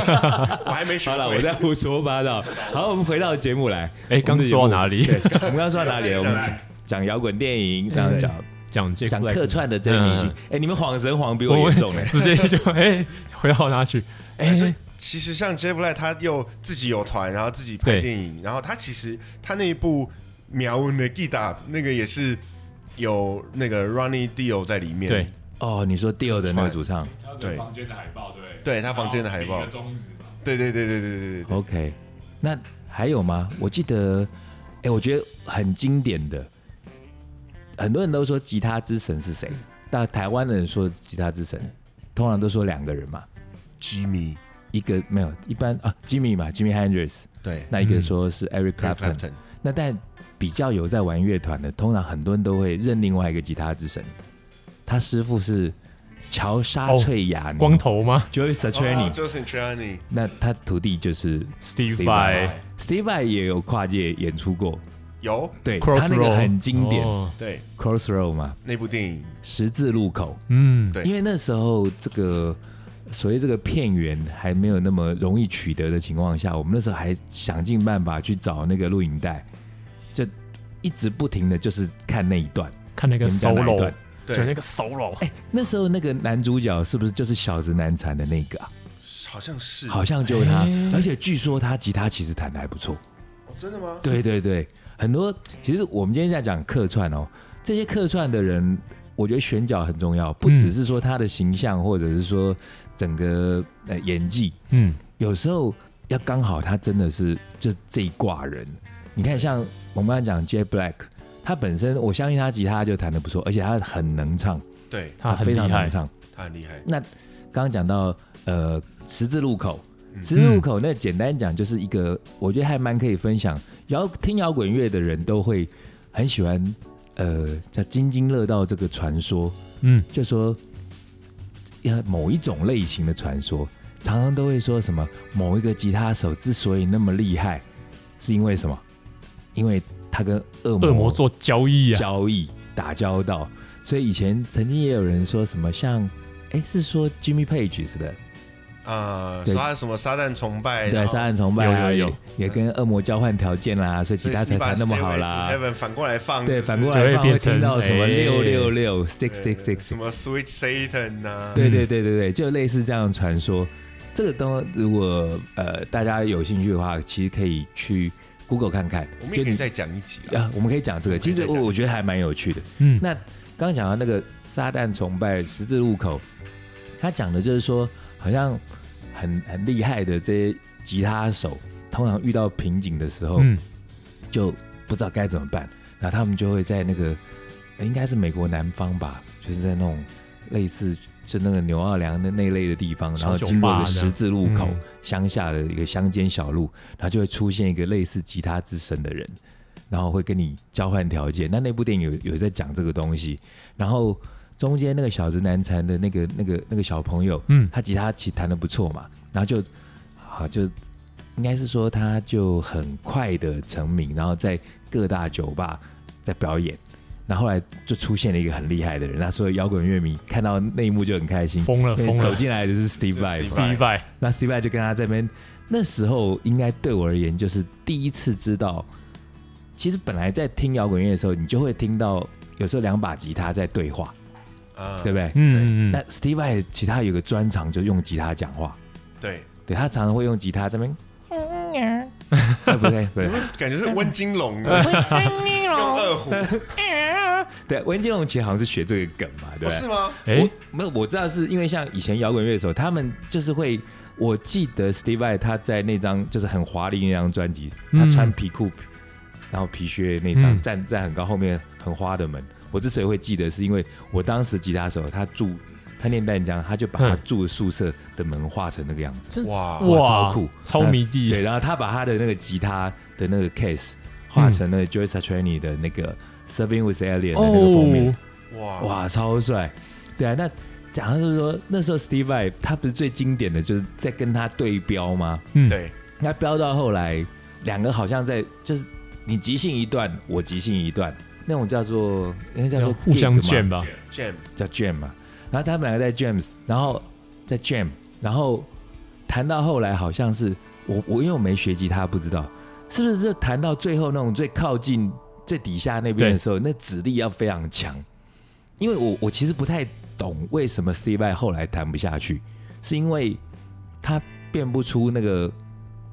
[laughs]
我还没学
好了，我
会。
在胡说八 [laughs] 道。好，我们回到节目 [laughs] 来。
哎，刚说到哪里？
我们刚刚说到哪里了？我们 [laughs] 讲讲摇滚电影，然后讲
讲这
讲客串的这些明星
嗯。
哎，你们晃神晃比我严重哎。
直接就哎、回到哪去？哎、
所以其实像 J Black 他又自己有团，然后自己拍
对
电影，然后他其实他那一部《苗文的 Gita》那个也是有那个 Ronnie Dio 在里面。
对，
哦，你说 Dio 的那个主唱
对
对房间的海报，对不对？
对他房间的海报
然后比一个中指嘛
对对对对对对对对。
，OK。那还有吗？我记得，哎，我觉得很经典的，很多人都说吉他之神是谁，但台湾的人说吉他之神，通常都说两个人嘛，
Jimmy，
一个没有，一般啊，Jimmy 嘛，Jimmy Hendrix，
对
那一个说是嗯 Eric Clapton，、
Clapton，
那但比较有在玩乐团的，通常很多人都会认另外一个吉他之神，他师傅是乔沙翠亚尼、
哦光头吗
哦 Joyce s a t r a n i
j o s e t r a n i
那他徒弟就是
？Steve
Steve
Vai
Steve Vai 也有跨界演出过，
有
对他
Crossroad
那个很经典、
哦
对
Crossroad 嘛，
那部电影，
十字路口，
嗯，
对
因为那时候这个所谓这个片源还没有那么容易取得的情况下，我们那时候还想尽办法去找那个录影带，就一直不停的就是看那一段，
看那个
你们讲哪一
solo，
段
就那
对，
个 solo，
哎、那时候那个男主角是不是就是小子难缠的那个啊、
好像是，
好像就是他，而且据说他吉他其实弹的还不错。
哦真的吗？
对对对，很多其实我们今天在讲客串哦，这些客串的人，我觉得选角很重要，
嗯
不只是说他的形象，或者是说整个呃演技，
嗯，
有时候要刚好他真的是就这一挂人。你看，像我们刚才讲 J Black，他本身我相信他吉他就弹得不错，而且他很能唱，
对
他很
啊非
厉
常能
害，
唱。
他很厉害，
刚刚讲到呃十字路口，
嗯
十字路口那简单讲就是一个，我觉得还蛮可以分享。摇听摇滚乐的人都会很喜欢，呃，叫津津乐道这个传说，
嗯，
就说呃某一种类型的传说，常常都会说什么某一个吉他手之所以那么厉害，是因为什么？因为他跟恶魔
恶魔做交易啊，
交易打交道，所以以前曾经也有人说什么像，哎，是说 Jimmy Page 是不是？
啊，
对
杀什么撒旦崇拜，
对，杀人崇拜
有
啊，
有有
也也跟恶魔交换条件啦，所以吉他才弹那么好啦。
e 反过来放，
对，
就是
反过来
就会
放会
变成
听到什么
哎
六六六
对
six six
什
six，
么 Sweet Satan 啊呐，
对对对对对，就类似这样的传说。这个东如果呃大家有兴趣的话，其实可以去 Google 看看。
我们
就
也可以
你
再讲一集了。
啊，我们可以讲这个，其实我我觉得还蛮有趣的。
嗯，
那刚刚讲到那个撒旦崇拜十字路口，他讲的就是说，好像很很厉害的这些吉他手，通常遇到瓶颈的时候，
嗯
就不知道该怎么办，然后他们就会在那个呃应该是美国南方吧，就是在那种类似就那个纽奥良的那类的地方，然
小
后
酒
经过一
吧
个
这样
十字路口
嗯，
乡下的一个乡间小路，然后就会出现一个类似吉他之神的人，然后会跟你交换条件。那那部电影有有在讲这个东西，然后中间那个小子难缠的那个那个那个小朋友，
嗯
他吉他其实弹的不错嘛，然后就啊就应该是说他就很快的成名，然后在各大酒吧在表演。那后来就出现了一个很厉害的人，那所有摇滚乐迷看到那一幕就很开心，
疯了
因为
疯了
走进来的就是 Steve
就是
Vai，嘛
Steve
，Steve Vai，
那 Steve Vai 就跟他这边，那时候应该对我而言就是第一次知道，其实本来在听摇滚乐的时候，你就会听到有时候两把吉他在对话，
啊，
对不对？
嗯嗯
那
嗯，
Steve Vai 其他有个专长就用吉他讲话，
对，
对他常常会用吉他这边，啊不 [laughs] 对不对
感觉是温金龙的，用二胡，
对，温金龙其实好像是学这个梗嘛，
不
对不对
哦是？吗？
哎，
我没有，我知道是因为像以前摇滚乐手，他们就是会，我记得 Steve Vai 他在那张就是很华丽那张专辑，
嗯
他穿皮裤，然后皮靴那张、
嗯
站站很高，后面很花的门。我之所以会记得，是因为我当时吉他手他住他念淡江，他就把他
嗯
住宿舍的门画成那个样子，
这
哇
哇超酷
超迷弟，
对，然后他把他的那个吉他的那个 case 画成了 Joyce Satriani 的那个 Serving with Alien 的那个封面。
嗯哦，
哇哇，
哇，超帅！对啊，那讲到就是说，那时候 Steve Vai 他不是最经典的就是在跟他对标吗？
嗯，
对，
那标到后来，两个好像在就是你即兴一段，我即兴一段，那种叫做应该叫
叫
做
互相
gig
卷
嘛，
吧，
Jam
叫 Jam 嘛。然后他们两个在 Jams，然后在 Jam，然后谈到后来好像是我我因为我没学吉他，不知道是不是就谈到最后那种最靠近最底下那边
对
的时候，那指力要非常强。因为我我其实不太懂为什么 Steve Vai 后来弹不下去，是因为他变不出那个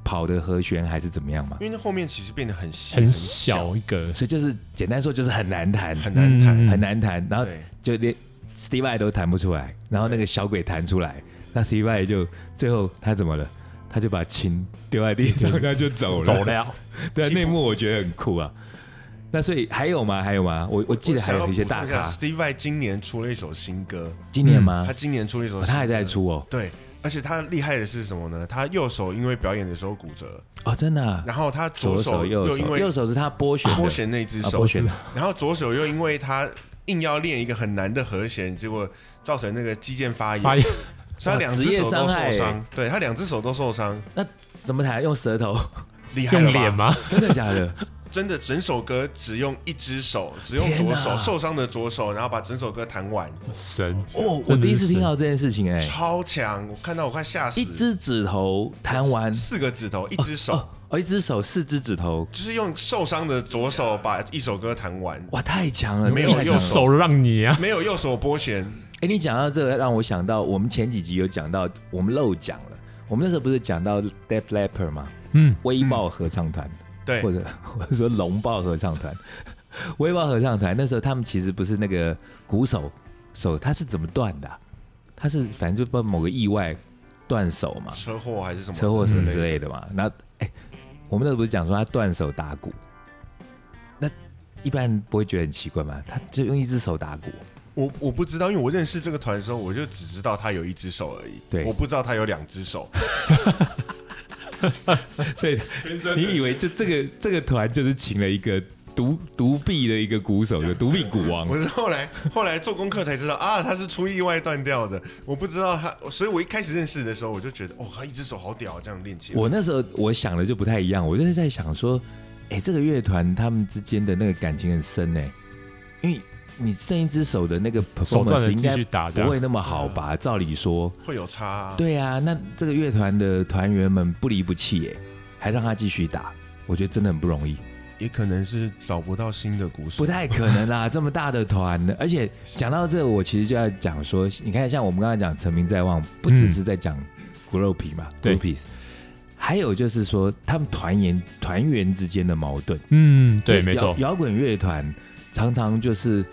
跑的和弦还是怎么样嘛？
因为那后面其实变得很细
很，小一个，
所以就是简单说就是很难弹，
很难弹。
嗯
很难弹。然后
对，
就连 Steve Vai 都弹不出来，然后那个小鬼弹出来，那 Steve Vai 就最后他怎么了？他就把琴丢在地
[laughs]
上，他就走了。
走了，
[laughs] 对，那一幕我觉得很酷啊。那所以还有吗？还有吗？我我记得还有一些大
我想要
咖
补，充一下嗯 Steve Vai 今年出了一首新歌，
今年吗
他？今年出了一首
哦
新歌，
他还在出哦，
对，而且他厉害的是什么呢？他右手因为表演的时候骨折，
哦，真的啊。
然后他
左
手
手右
因
手，
为
右手是他拨弦的，
拨弦那只
啊
手，
拨弦的
然后左手又因为他硬要练一个很难的和弦，结果造成那个肌腱发炎，
发现
所以他两只
哇职业
手都
伤
受
害欸
伤。对他两只手都受伤，
那怎么弹？用
[laughs]
舌头？
厉害
用
了吧
脸？吗？
真的假的？
真的，整首歌只用一只手，只用
天
左
哪
手受伤的左手，然后把整首歌弹完，
神，真
哦，
的是
我第一次听到这件事情哎，
超强！我看到我快吓死。
一只指头弹完
四个指头，一只手，
哦哦，一只手四只指头，
就是用受伤的左手把一首歌弹完，
哇，太强了！
没有
一
真的
只
太强了
手让你啊，
没有右手拨弦。
哎、你讲到这个，让我想到我们前几集有讲到，我们漏讲了。我们那时候不是讲到 Def Leppard 吗？
嗯，
微爆合唱团， [laughs]
对
或，者或者说龙爆合唱团， [laughs] 微宝合唱团那时候他们其实不是那个鼓手手，他是怎么断的啊、他是反正就不知道某个意外断手嘛，
车祸还是什么
车祸什么之类的嘛。然后哎、我们那时候不是讲说他断手打鼓，那一般人不会觉得很奇怪吗？他就用一只手打鼓，啊
我我不知道，因为我认识这个团的时候，我就只知道他有一只手而已。
对
我不知道他有两只手。
所以你以为就这个这个团就是请了一个独独臂的一个鼓手，就独臂鼓王
我。是后来后来做功课才知道啊，他是出意外断掉的。我不知道他，所以我一开始认识的时候，我就觉得哦，他一只手好屌啊，这样练起来。
我那时候我想的就不太一样，我就是在想说，哎、这个乐团他们之间的那个感情很深呢、因为你剩一只手的那个
手断
performance
了
应
继
该
续打这
不
样。
会那么好吧？照理说，
会有差、啊。
对啊，那这个乐团的团员们不离不弃耶、还让他继续打，我觉得真的很不容易，
也可能是找不到新的鼓手，
不太可能
[laughs]
啦，这么大的团，而且讲到这个，我其实就要讲说，你看像我们刚才讲成名在望，不只是在讲骨肉皮嘛，
嗯对
骨肉皮，还有就是说他们团员团员之间的矛盾。
嗯，对，
就
没错
摇，摇滚乐团常常就是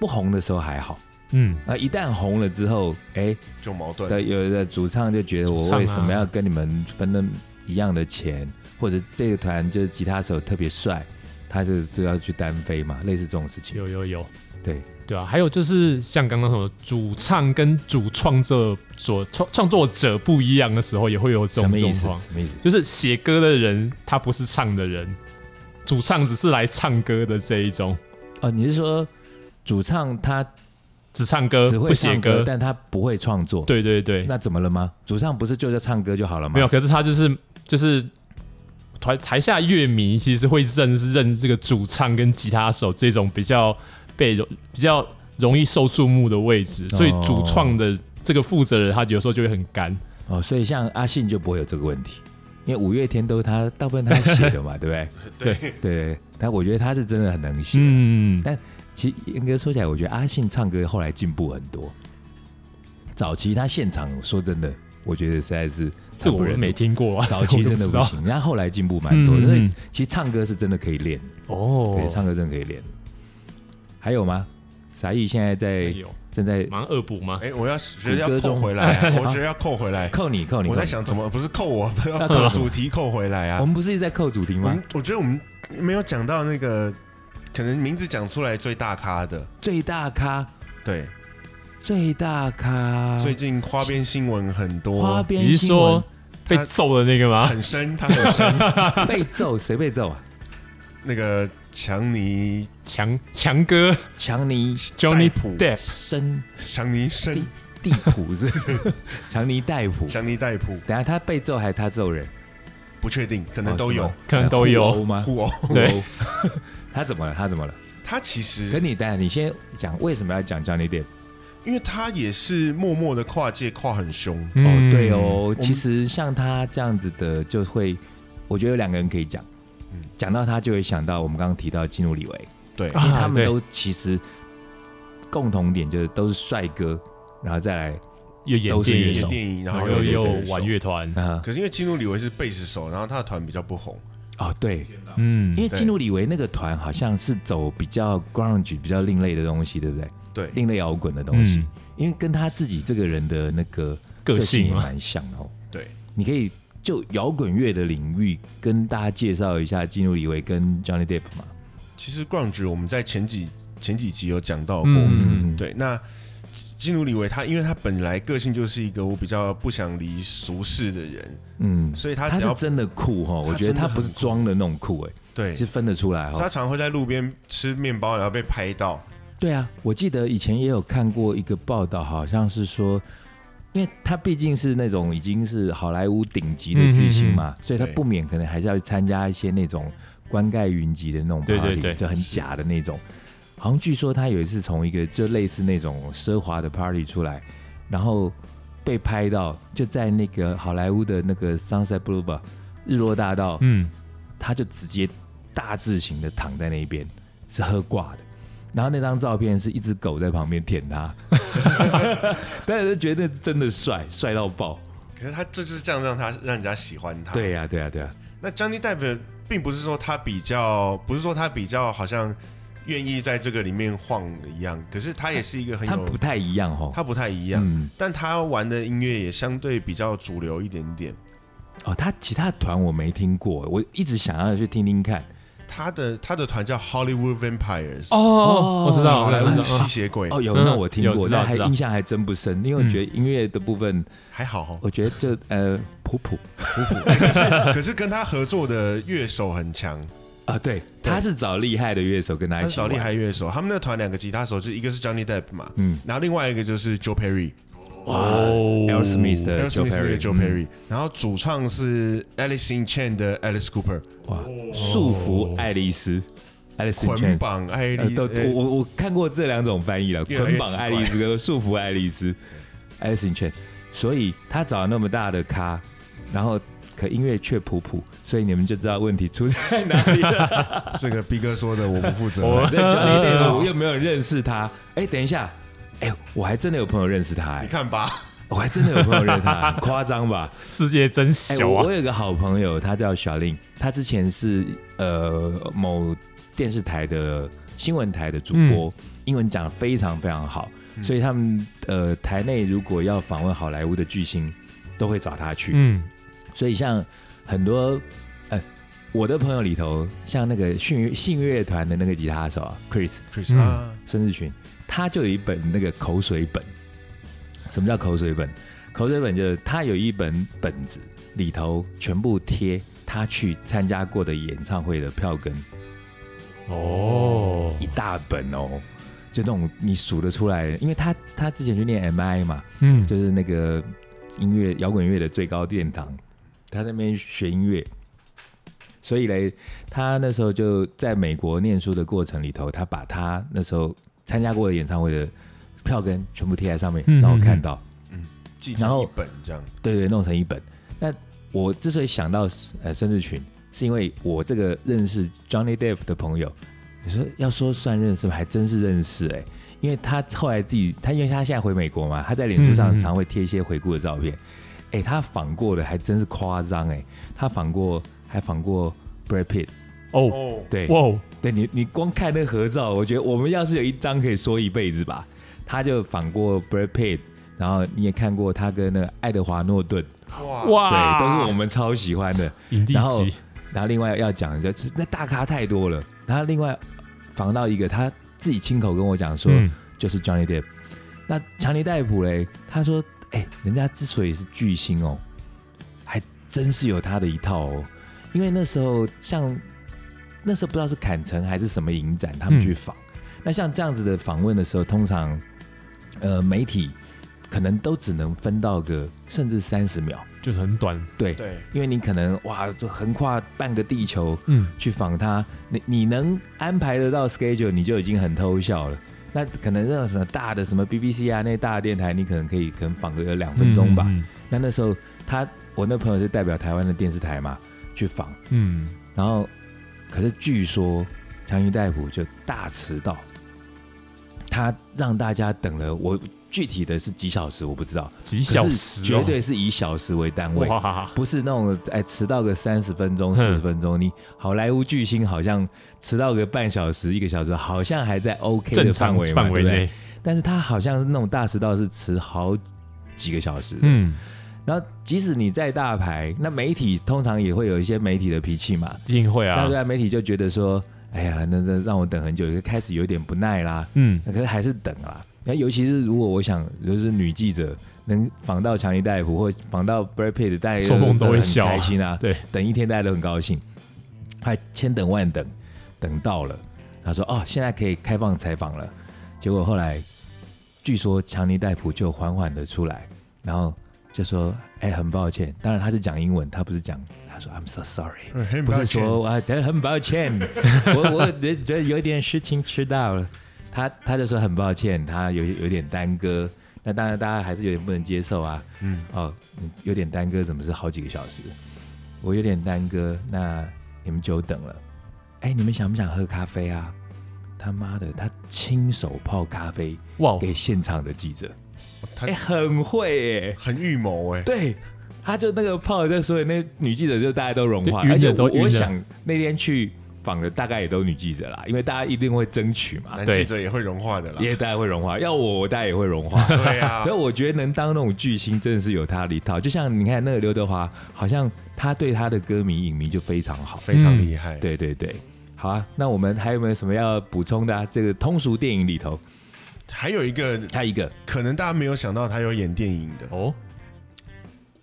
不红的时候还好，
嗯，
啊，一旦红了之后，哎，
就矛盾。
的有的主唱就觉得
主
我
唱啊
为什么要跟你们分那一样的钱，或者这个团就是吉他手特别帅，他就就要去单飞嘛，类似这种事情。
有有有，
对，
对啊，还有就是像刚刚说的，主唱跟主创作所创创作者不一样的时候，也会有这
什
种
么
状
意思？
况，
什么意思？
就是写歌的人他不是唱的人，主唱只是来唱歌的这一种，
哦，你是说主唱他
只唱歌
只会
呃不写
唱歌，但他不会创作？，
对对对，
那怎么了吗？主唱不是就叫唱歌就好了吗？
没有，可是他就是就是台台下乐迷其实会认认这个主唱跟吉他手这种比较被容比较容易受注目的位置，所以
哦
主创的这个负责人他有时候就会很干。
哦，所以像阿信就不会有这个问题，因为五月天都是他大部分他写的
[laughs]
嘛，对不对？
对
对对，但我觉得他是真的很能写。
嗯，
其实严格说起来，我觉得阿信唱歌后来进步很多。早期他现场说真的，我觉得实在是
这我
不
是没听过啊，
早期
[laughs] 这我
真
就
的
知
不
道
行，然后后来进步蛮多，
嗯
所以
嗯
其实唱歌是真的可以练，
哦
对，。唱歌真的可以练。还有吗？傻义现在在
有
正在
马上恶补吗？
哎，我要觉得
谷
要
歌中
扣回
[laughs]
来，啊我觉得要扣回来。
扣你扣你，
我在
扣你，
想怎么不是扣我，
[laughs]
要
扣
扣
我
主题扣回来啊嗯
我。们不是一直在扣主题
我
吗
们？我觉得我们没有讲到那个，可能名字讲出来最大咖的，
最大咖，
对，
最大咖，
最近花边新闻很
啊花
多，
边
你是
新闻
说被
他
揍的那个吗？
很深，他很深。
被揍？谁被揍啊？
那个强尼
强强哥
强尼
Johnny
普
Depp，
生
强尼生
地地普是不
[laughs]
是强尼戴普。
强尼戴普，
等下他被揍还是他揍人？
不确定，可
可
能都有
可能都有
哦吗？哎
互殴。
互
对
殴。 [laughs] 他怎么了？他怎么了？
他其
可
实，
你等下，你先讲为什么要讲 Johnny Depp？
因为他也是默默的跨界跨很凶，
哦，
嗯
对，哦，其实像他这样子的，就会，我觉得有两个人可以讲
嗯。
讲到他，就会想到我们刚刚提到基努里维，
对
啊
因为他们
对
都其实共同点就是都是帅哥，然后再来
又演
都是
电
乐
影
演
手，
电影，然
然
后又
后哦又
有
又
选手
玩。乐团，
啊
可是因为基努里维是贝斯手，然后他的团比较不红，
哦对，
嗯
因为基
对
努里维那个团好像是走比较 grunge 比较另类的东西，对不对？
对，
另类摇滚的东西，
嗯
因为跟他自己这个人的那个
个
性
性
也
嘛，
蛮像的哦。
对，
你可以就摇滚乐的领域跟大家介绍一下基努里维跟 Johnny Depp 嘛。
其实 grunge 我们在前几前几集有讲到过，
嗯，
对，那基基努里维他，因为他本来个性就是一个我比较不想离俗世的人，
嗯，
所以他
他
只
是
要
真的酷哈、哦，我觉得
他真的
他
很
不是装的那种酷哎、
对，所
是
以
分得出来哈、
他
哦。
常会在路边吃面包，然后被拍到，
对啊，我记得以前也有看过一个报道，好像是说。因为他毕竟是那种已经是好莱坞顶级
嗯
的巨星嘛，所以他
对
不免可能还是要去参加一些那种冠盖云集的那种 party，
对对对
就很假的那种。好像据说他有一次从一个就类似那种奢华的 party 出来，然后被拍到就在那个好莱坞的那个 Sunset Boulevard 日落大道，
嗯，
他就直接大字型的躺在那边，是喝挂的。然后那张照片是一只狗在旁边
[laughs]
舔他， [laughs] 但是觉得真的帅，帅到爆。
可是他这就是这样让他让人家喜欢他。，
啊
对呀、对呀、对呀、
那 Johnny Depp 并不是说他比较，不是说他比较好像愿意在这个里面晃一样。可是他也是一个很
它
有，
不太一样哦。
他不太一样，
嗯，
但他玩的音乐也相对比较主流一点点。
哦，他其他团我没听过，我一直想要去听听看。
他的他的团叫 Hollywood Vampires，
哦，我知道，
好
我
莱坞
知道
吸，血鬼，
哦，有，
嗯
那我听
有
过，
知道
但还
知道嗯
印象还真不深，因为我觉得音乐的部分，
还好哦。
[laughs] 我觉得就呃普普
可是跟他合作的乐手很
[laughs]
强，
啊，对，他是找厉害的乐手跟他
他
一
是
起
找
玩
厉害乐手。他们那团两个吉他手，就一个是 Johnny Depp 嘛，
嗯
然后另外一个就是 Joe Perry，
哦
a l Smith
还
的
有
Joe
Smith 的 Joe
Perry，嗯
Perry，然后主唱是 Alice in Chain 的 Alice Cooper，
哇，束
哦
缚爱丽丝，Alice in
捆
Chains
绑哎爱
呃
丽
都
丝，
我我看过这两种翻译了，
越来越
捆绑爱丽丝跟束缚爱丽丝，Alice in Chains。所以他找了那么大的咖，然后可音乐却普普，所以你们就知道问题出在哪里了。
这个逼哥说的我不负
[laughs]
责。
我
那 Johnny
知道
Depp 又没有人认
[laughs]
识他。哎，等一下，哎，我还真的有朋友认识他，
你
哎，
看吧，
我还真的有朋友认
[laughs]
识他，很夸张吧？
世界真
哎、
小
我
啊
我！有个好朋友，他叫小令，他之前是呃某电视台的新闻台的主
嗯
播，英文讲得非常非常好，所以他们呃台内如果要访问好莱坞的巨星，都会找他去。
嗯，
所以像很多呃我的朋友里头，像那个信信乐团的那个吉他手啊 Chris
嗯
啊，
孙志群，他就有一本那个口水本。什么叫口水本？口水本就是他有一本本子，里头全部贴他去参加过的演唱会的票根，
哦，
一大本哦，就那种你数得出来的。因为他他之前去念 MI 嘛，
嗯，
就是那个音乐摇滚乐的最高殿堂，他在那边学音乐，所以嘞，他那时候就在美国念书的过程里头，他把他那时候参加过的演唱会的票根全部贴在上面，
嗯
让我
嗯
看
嗯
到，
记
然
成
后
一本这样，
对对，弄成一本。那我之所以想到呃孙志群，是因为我这个认识 Johnny Depp 的朋友，你说要说算认识吗？还真是认识哎、因为他后来自己，他因为他现在回美国嘛，他在脸
嗯
书上
嗯嗯
常会贴一些回顾的照片。哎、他仿过的还真是夸张哎，他仿过还仿过 Brad Pitt，
哦，
哦，
对，
哇哦，
对你，你光看那合照，我觉得我们要是有一张可以说一辈子吧。他就仿过 Brad Pitt，然后你也看过他跟那个爱德华诺顿，
哇，
哇，
对，都是我们超喜欢的。
影帝
然后
级，
然后另外要讲的就是那大咖太多了。然后另外仿到一个，他自己亲口跟我讲说，
嗯，
就是 Johnny Depp。那强尼戴普嘞，他说，哎、人家之所以是巨星哦，还真是有他的一套哦。因为那时候像那时候不知道是坎城还是什么影展，他们去访。那像这样子的访问的时候，通常呃媒体可能都只能分到个甚至三十秒，
就是很短，
对，
对，
因为你可能哇，就横跨半个地球，
嗯，
去访他，你你能安排得到 schedule，你就已经很偷笑了。那可能那种什么大的什么 BBC 啊，那些大的电台，你可能可以可能访个两分钟吧。
嗯，
那那时候他，我那朋友是代表台湾的电视台嘛，去访，
嗯，
然后可是据说强尼戴普就大迟到，他让大家等了我具体的是几小时我不知道，
嗯几
可
小
是
时哦，
绝对是以小时为单位。
哇哈哈，
不是那种哎迟到个三十分钟、四十分钟，你好莱坞巨星好像迟到个半小时、一个小时，好像还在 OK
正
的
常
范围嘛
范围
对不对
内，
但是他好像是那种大迟到是迟好几个小时，嗯，
嗯，
然后即使你再大牌，那媒体通常也会有一些媒体的脾气嘛，
一定会
那
啊
对，啊，媒体就觉得说，哎呀，那那让我等很久，就开始有点不耐啦，
嗯，
那可是还是等啦。那尤其是如果我想，就是女记者能访到强尼戴普或访到 Brad Pitt，大家
做梦都会
很
笑啊
开心啊。
对，
等一天大家都很高兴，还千等万等，等到了，他说哦，现在可以开放采访了。结果后来，据说强尼戴普就缓缓的出来，然后就说，哎，很抱歉，当然他是讲英文，他不是讲，他说 I'm so sorry。
嗯很
不
抱
是
歉
说啊，真的很
[laughs]
抱歉，我我觉觉得有点事情迟到了。他他就说很抱歉，他有有点耽搁。那当然，大家还是有点不能接受啊。
嗯
嗯，哦，嗯有点耽搁，怎么是好几个小时？我有点耽搁，那你们久等了。哎，你们想不想喝咖啡啊？他妈的，他亲手泡咖啡
哇哦，
给现场的记者，
哦他
哎，很会哎、
很预谋哎，
[laughs] 对，他就那个泡在所以那女记者就大家都融化，
就晕了
而且
都
我
晕了
我想那天去访的大概也都女记者啦，因为大家一定会争取嘛，
男
[laughs] 对
记者也会融化的啦。
也大家会融化，要我我大家也会
[laughs]
融化。
对
[laughs]
啊
所以，我觉得能当那种巨星，真的是有他的一套。就像你看那个刘德华，好像他对他的歌迷、影迷就非常好。
非常厉害。
嗯对对对，好啊。那我们还有没有什么要补充的、啊？这个通俗电影里头，
还有一个
还有一个，
可能大家没有想到，他有演电影的，
哦，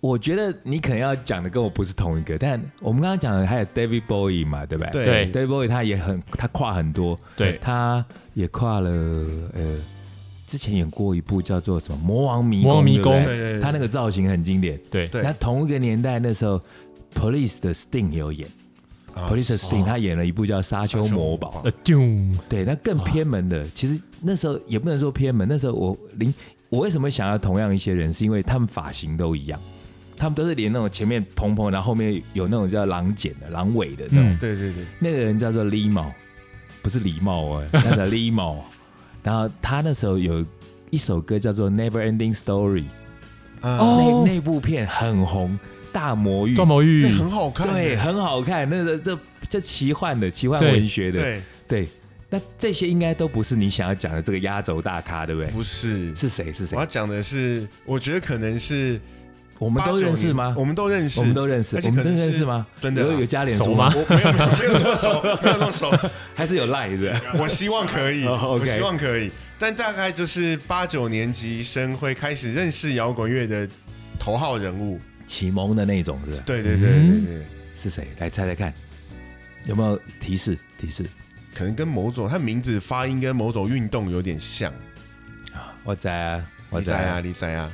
我觉得你可能要讲的跟我不是同一个，但我们刚刚讲的还有 David Bowie 嘛，对不对？
对
，David Bowie 他也很，他跨很多，
对
他也跨了呃，之前演过一部叫做什么《魔王迷宫》，
魔王迷
对不对
宫
对对对
他那个造型很经典。
对，
对
那同一个年代那时候，Police 的 Sting 也有演、
啊
p o l i c e 的
哦
Sting 他演了一部叫《沙丘魔堡》，
呃，丢，
对，那更偏门的，其实那时候也不能说偏门，那时候我零，我为什么想要同样一些人，是因为他们发型都一样，他们都是连那种前面蓬蓬，然后后面有那种叫狼剪的、狼尾的那种，
嗯，
对对对，
那个人叫做 Limo，不是狸猫哦，他
[laughs]
叫 Limo，然后他那时候有一首歌叫做《Never Ending Story》，
啊
哦
那那部片很红，大魔域，
段毛玉
[laughs]
哦
那，很好看，
对，很好看，那个这这奇幻的奇幻
对
文学的，
对，
对，那这些应该都不是你想要讲的这个压轴大咖，对不对？
不是。
是谁？是
我
谁
要？讲的是，我觉得可能是
我们都认识吗？
我们都认识，
我们都认识，
而且
我们
可
真
能
的认
是
识吗？
真的啊
有有加脸
熟
书
吗？
我没有没有没有那么熟，没有那么熟。
[laughs] 还是有赖是吧？
我希望可以，
哦
我
，OK
希望可以。但大概就是八九年级生会开始认识摇滚乐的头号人物。
启蒙的那种是吧？
对对对
嗯
对对，
是谁？来猜猜看，有没有提示？提示
可能跟某种他名字发音跟某种运动有点像。
啊！我在啊，我
你
在
在啊，
啊，
你在啊，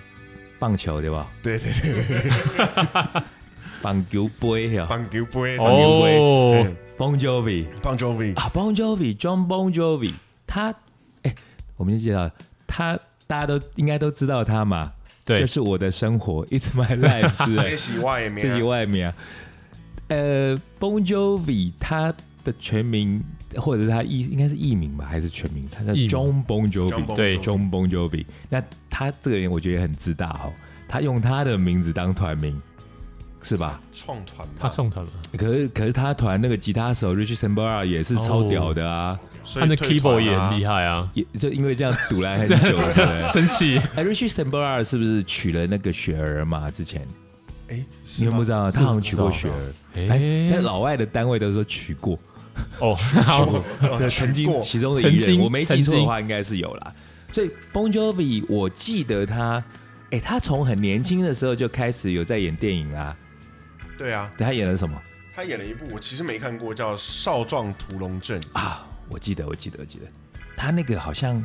棒球对吧？
对对对，
棒球杯啊
棒球杯，
哦，
，Bon Jovi
，Bon Jovi，
啊，Bon Jovi，John Bon Jovi，他哎，我们就介绍他，大家都应该都知道他嘛。
对
哎这，是我的生活，It's my life，是不
[laughs] 这
是
喜外面，
自己外面啊。呃，Bon Jovi 他的全名或者是他艺应该是艺名吧，还是全名？他叫
艺名
John Bon
John Bon
Jovi，
对
John Bon Jovi。那他这个人我觉得很自大哦，他用他的名字当团名，是吧？
创团吧，
他送他了，
可是可是他团那个吉他手 Rich Sambora 也是超
哦
屌的啊，
所
他
以
那
退团
keyboard
啊
也很厉害啊，
也就因为这样堵来
[laughs]
很久了。对不对
生
[laughs]
气，
哎，Rich Sambora 是不是娶了那个雪儿嘛？之前
哎，
你有没有知
道？
道？啊他好像娶过雪儿。哎，
哎，
在老外的单位都说娶过，
哦，好，
[laughs] 对，曾经
哦过
其中的一
曾
任，
经
我没记
曾
错的
经
话，应该是有啦。所以 Bon Jovi，我记得他，哎，他从很年轻的时候就开始有在演电影啦。
对啊，
对他演了什么
他演了一部我其实没看过，叫《少壮屠龙阵》，
啊？我记得，我记得，我记得，他那个好像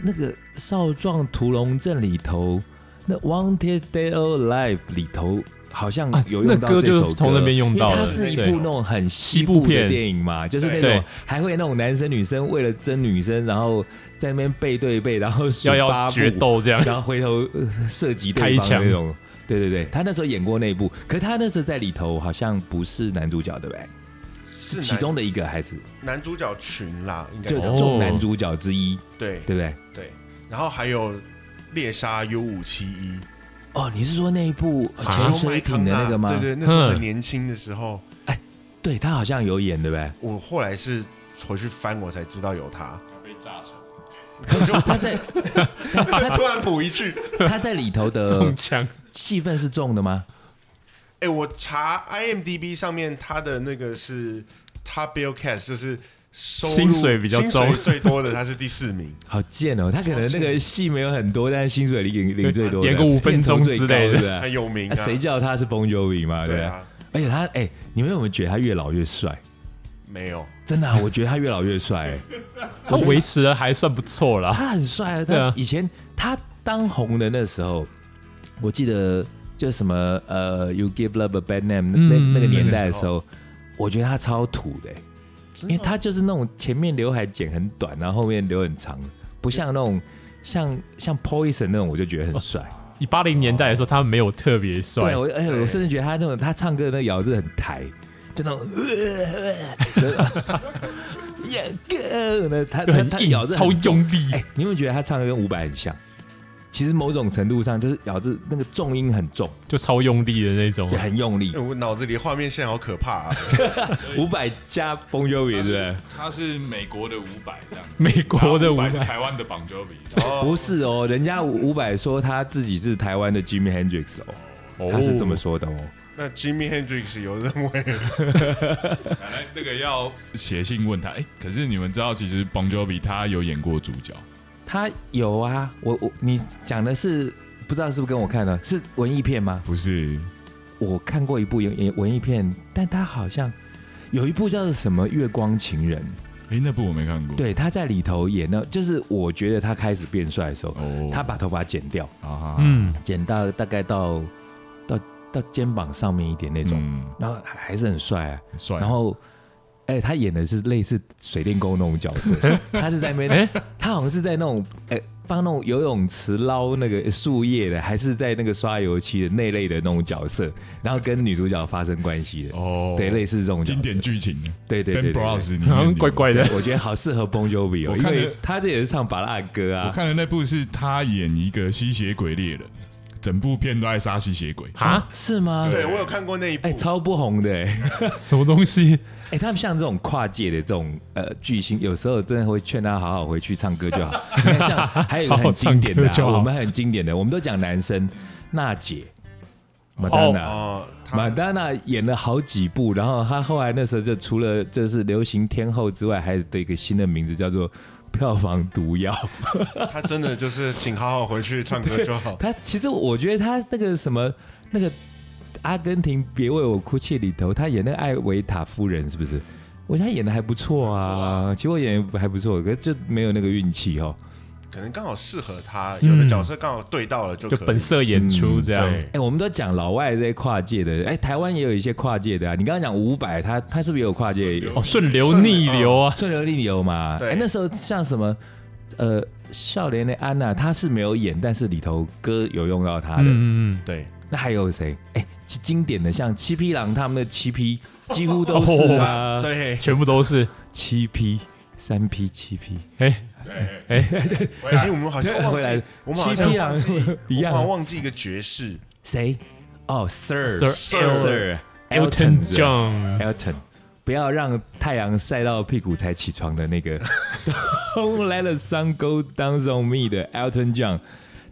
那个《少壮屠龙阵》里头，那《Wanted Dead or Alive》里头。好像
啊
有用
那
到
歌
这
就
首歌，
从那边用到
因为它
了
是一
对
部那种很
西
西
部
部
片
的电影嘛，就是那
对
种还会那种男生女生为了争女生，然后在那边背对背， [laughs] 然后数
要
八
要
步
决斗这样，
然后回头呃射击对
开
方的
枪
那种。对对对，他那时候演过那一部，可是他那时候在里头好像不是男主角，对不对？
是
其中的一个还是
男男主角群啦，应该
就
哦
众男主角之一，
对
对不对？
对，然后还有猎杀 U 五七一，
哦，你是说那一部呃
啊
潜水啊艇的那个吗？
对对，那时候
嗯
很年轻的时候，
对他好像有演，对不 [laughs] 对？
我后来是回去翻我才知道有
[laughs]
他，
被炸成。
可是他在
他突然补一句，
他在里头的
中枪，
戏份是重的吗？
哎、我查 IMDB 上面他的那个是他 Bill Cash 就是收入
薪水比较
薪水
重
最多的，他是第四
[laughs]
名。
好贱哦！他可能那个戏没有很多，但是薪水领领最多的，
演个五分钟
片酬最
之类的
高对不
很
对
有名
啊
啊！
谁叫他是 Bon Jovi 嘛？对
对
不对
啊，
而且他哎、你们有没有觉得他越老越帅？
没有，
真的啊、我觉得他越老越帅、哎
[laughs] 他维持的还算不错啦，
他很帅啊！
对啊
但以前他当红的那时候，我记得就什么呃，You Give Love a Bad Name、那
嗯
那个年代的时候，我觉得他超土的、哎因为他就是那种前面刘海剪很短，然后后面留很长，不像那种像像 Poison 那种，我就觉得很帅。
以八零年代的时候，他没有特别
对
帅，
我，而且我甚至觉得他那种他唱歌的那个咬字很台，就那种耶哥，那他
就
他
很
他
硬
咬，字
超
很
用力
哎、，你有没有觉得他唱的跟伍佰很像？其实某种程度上就是咬字那个重音很重，
就超用力的那种
也。很用力
哎。我脑子里画面现在好可怕
[laughs]
啊！
五百加 Bon Jovi 是不是？
他是美国的五百这样，
美国的
五
五
百
百
是台湾的 Bon Jovi， [laughs]
哦
不是哦，人家伍佰说他自己是台湾的 Jimmy Hendrix 哦，他是这么说的哦。
那 Jimmy Hendrix 有认为
本来那个要写信问他，哎，可是你们知道其实 Bon Jovi 他有演过主角，
他有啊，我我你讲的是不知道是不是跟我看的是文艺片吗？
不是
我看过一部有有文艺片，但他好像有一部叫做什么《月光情人》，
哎，那部我没看过。，
对，他在里头演那，就是我觉得他开始变帅的时候，
哦
他把头发剪掉，
啊，嗯
嗯，
剪到大概到到到肩膀上面一点那种，
嗯，
然后还还是很帅啊。
帅，
然后，哎、他演的是类似水电工那种角色，
[laughs]
他是在那边，
哎
他好像是在那种，哎、帮那种游泳池捞那个树叶的，还是在那个刷油漆的那类的那种角色，然后跟女主角发生关系的，
哦，
对，类似这种角色
经典，剧情
对对对对
，Ben
[laughs]
对
Bros 里面
好像
有
怪怪的。
我觉得好适合 Bon Jovi 哦，
我
因
看
为
了
他这也是唱巴拉歌
我
啊。
看的那部是他演一个吸血鬼猎人，整部片都在杀吸血鬼。
啊，
是吗？
对我有看过那一部
哎、，超不红的、哎
什么东西？
哎、他们像这种跨界的这种呃巨星，有时候真的会劝他好好回去唱歌就
[laughs]
好。你看，像还有一个
好好
很经典的、
唱歌就
啊，
好
我们很经典的，我们都讲男生，娜姐，马丹娜。
哦，
马
他
丹娜演了好几部，然后她后来那时候就除了就是流行天后之外，还有一个新的名字叫做票房毒药。
他真的就是请好好回去唱
[laughs]
歌就好。
他其实我觉得他那个什么那个阿根廷别为我哭泣里头，他演那个艾维塔夫人是不是？我觉得他演的还不错啊，其实我演得还不错，可是就没有那个运气哦。
可能刚好适合他，有的角色刚好对到了就
就
可以
本色演出这样。
对
哎、我们都讲老外这些跨界的，哎、台湾也有一些跨界的啊。你刚刚讲伍佰，他他是不是也有跨界？
哦，顺流逆流啊，
顺流逆流嘛。
对
哎、那时候像什么呃，笑莲的安娜，她是没有演，但是里头歌有用到她的。
嗯嗯
对，
那还有谁？哎、经经典的像七匹狼他们的
[laughs]
七匹，几乎都是啊，
对
嗯，，全部都是。
七匹、三匹、七匹，
哎，
对，
哎、我们好像忘
回来
记，我们好
七
像
匹狼 [laughs]
忘记，我
一
们
样啊
好像忘记一个爵士，
谁？哦，Sir
Sir
Sir
Elton
Elton
John，
Elton，不要让太阳晒到屁股才起床的那个 [laughs] ，Don't let the sun go down on me 的 Elton John，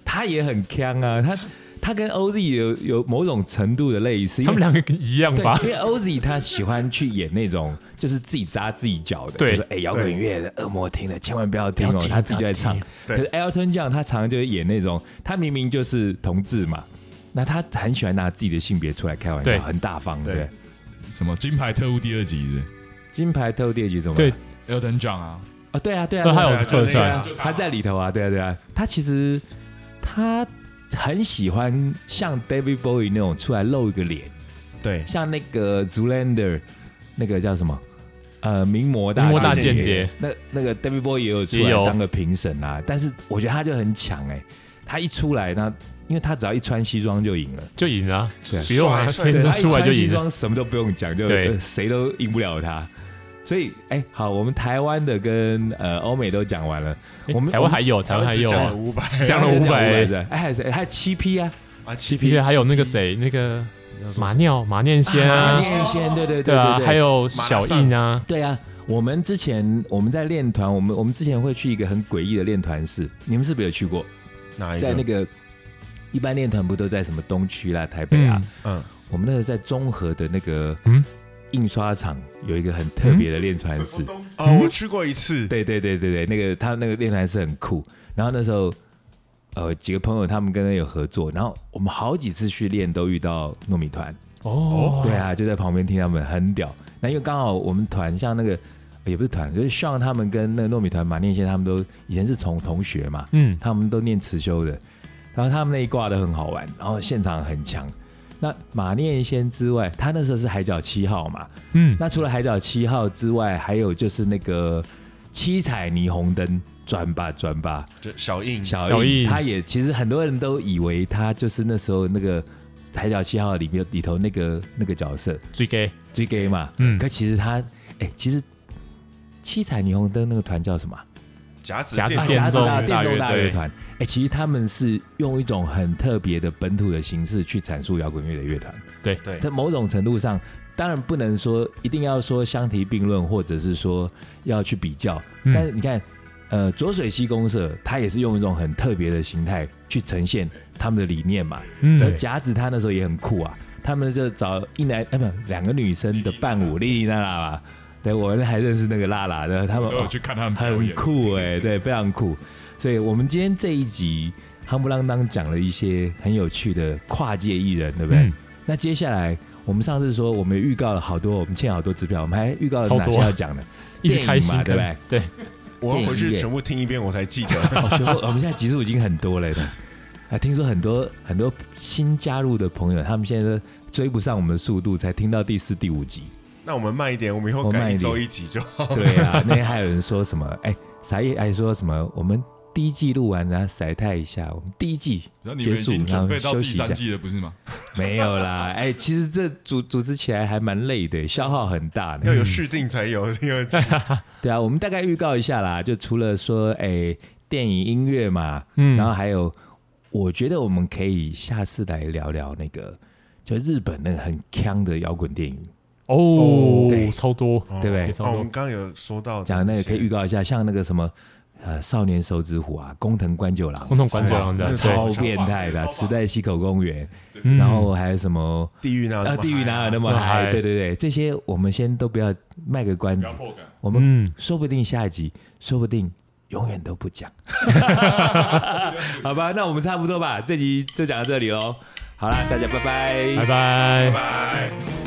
他也很强啊，他他跟 OZ 有有某种程度的类似，因
他
为
们两个一样吧？
对，因为 OZ 他喜欢去演那种就是自己扎自己脚的，
对
就是哎摇滚乐的恶魔听了千万不要听
不
哦
要，听
他自己就在唱。
不要
可
听
是 Elton John 他常常就会演那种，他明明就是同志嘛，那他很喜欢拿自己的性别出来开玩
对
笑，很大方。
对
对，
什么《金牌特务》第二集是
金牌特务第二集怎么了？
对，
不是 Elton John 啊，
哦，对啊，对啊，
那
对
还
啊
有
对啊就
特
那个
帅
啊
就他
他在里头啊，对啊，对啊，他其实他很喜欢像 David Bowie 那种出来露一个脸，
对，
像那个 Zoolander 那个叫什么？呃，名模大
名模大间
间谍
谍，
那那个 David Boy 也有出
也
来
有
当个评审啊，但是我觉得他就很强哎、他一出来那，因为他只要一穿西装就赢了，
就赢了啊，
对
不用啊，
帅帅
天
对
生
他一
出来
穿
就
西
赢了。
装什么都不用讲，就
对
呃谁都赢不了他。所以哎、好，我们台湾的跟呃欧美都讲完了，
诶
我们
台湾还有，台
他啊
湾
们
还
只
有
讲了五百
讲了
台湾
五
就
百
500，是哎还有谁？还有七 P 啊，
啊，七
其实还有那个谁，那个马尿马念先
马
啊，
念先，对对对
对啊，
对，
还有小印啊，
对啊，我们之前我们在练团，我们我们之前会去一个很诡异的练团室，你们是不是有去过？
哪一
在那
个？
个一般练团不都在什么东区啦、台北啊？
嗯，
嗯，
我们那时候在中和的那个
嗯
印刷厂有一个很特别的练团室，
哦，我去过一次，
嗯对对对对对，那个他那个练团室很酷。然后那时候呃几个朋友他们跟他有合作，然后我们好几次去练都遇到糯米团，
哦，
对，啊，就在旁边听他们很屌。那因为刚好我们团像那个。呃也不是团，就是像他们跟那个糯米团马念先他们都以前是从同学嘛，
嗯，
他们都念辞修的，然后他们那一挂都很好玩，然后现场很强。那马念先之外，他那时候是海角七号嘛，
嗯，
那除了海角七号之外，还有就是那个七彩霓虹灯。转吧转吧，
就小印，
小
小
印
印
他也其实很多人都以为他就是那时候那个《海角七号》里面里头那个那个角色
最 gay
追 gay 嘛，
嗯
可其实他哎、其实七彩霓虹灯那个团叫什么啊？
甲子
甲子
电动
电
甲子大
动大
电动大
乐队
乐团，哎、其实他们是用一种很特别的本土的形式去阐述摇滚乐的乐团。
对
在某种程度上，当然不能说一定要说相提并论，或者是说要去比较。
嗯
但是你看，呃，浊水溪公社，它也是用一种很特别的形态去呈现他们的理念嘛。而
嗯，
甲子他那时候也很酷啊，他们就找一男哎不两个女生的伴舞，莉莉娜娜嘛。对，我们还认识那个娜娜的，他们
都有
哦
去看他们表
很
演。
酷哎、对，非常酷。所以我们今天这一集夯不啷当讲了一些很有趣的跨界艺人，对不对？
嗯
那接下来我们上次说我们预告了好多，我们欠好多支票，我们还预告了
超
哪
多啊
些要讲的？
一直开
电
心，
影嘛对不对？
对，
我要回
电影
去
业
全部听一遍，我才记得。
[laughs] 哦，全部我们现在集数已经很多了呢。啊，听说很多很多新加入的朋友，他们现在都追不上我们的速度，才听到第四、第五集。
那我们慢一点，我们以后
我慢
改
一
一
点
周一集就
哦
好。
对啊， [laughs] 那天还有人说什么？哎、傻叶还说什么？我们第一季录完，然后晒太一下，我们第一季
然后你们
结
已
束，
经
然
准
后
备到
休
第
息一下
三。季 [laughs] 了，不是吗？
没有啦，哎、其实这组组织起来还蛮累的，消耗很大
要
的。
有续订才
[laughs]
有第二季。
对啊，我们大概预告一下啦，就除了说哎、电影音乐嘛，
嗯
然后还有，我觉得我们可以下次来聊聊那个，就日本那个很强的摇滚电影，
哦
对，
超多，
对不对
没？
哦
错，
我们刚刚有说到
讲那个可以预
告，
告一下，像那个什么呃少年手指虎啊，工藤官九郎
共。同关注郎
哎
的，
呀
对，
超变态的啊，
超棒
时代溪口公园，
嗯
然后还有什么？
地狱啊哪有那
呃，
么
地狱哪有那么
那么
嗨？
嗨
对对对，这些我们先都不要卖个关
不
子
要，破梗，
我们
嗯，
说不定下一集，说不定永远都不讲。 [laughs] 好吧，那我们差不多吧，这集就讲到这里喽。好啦，大家拜拜
拜
嗨？
拜。
拜。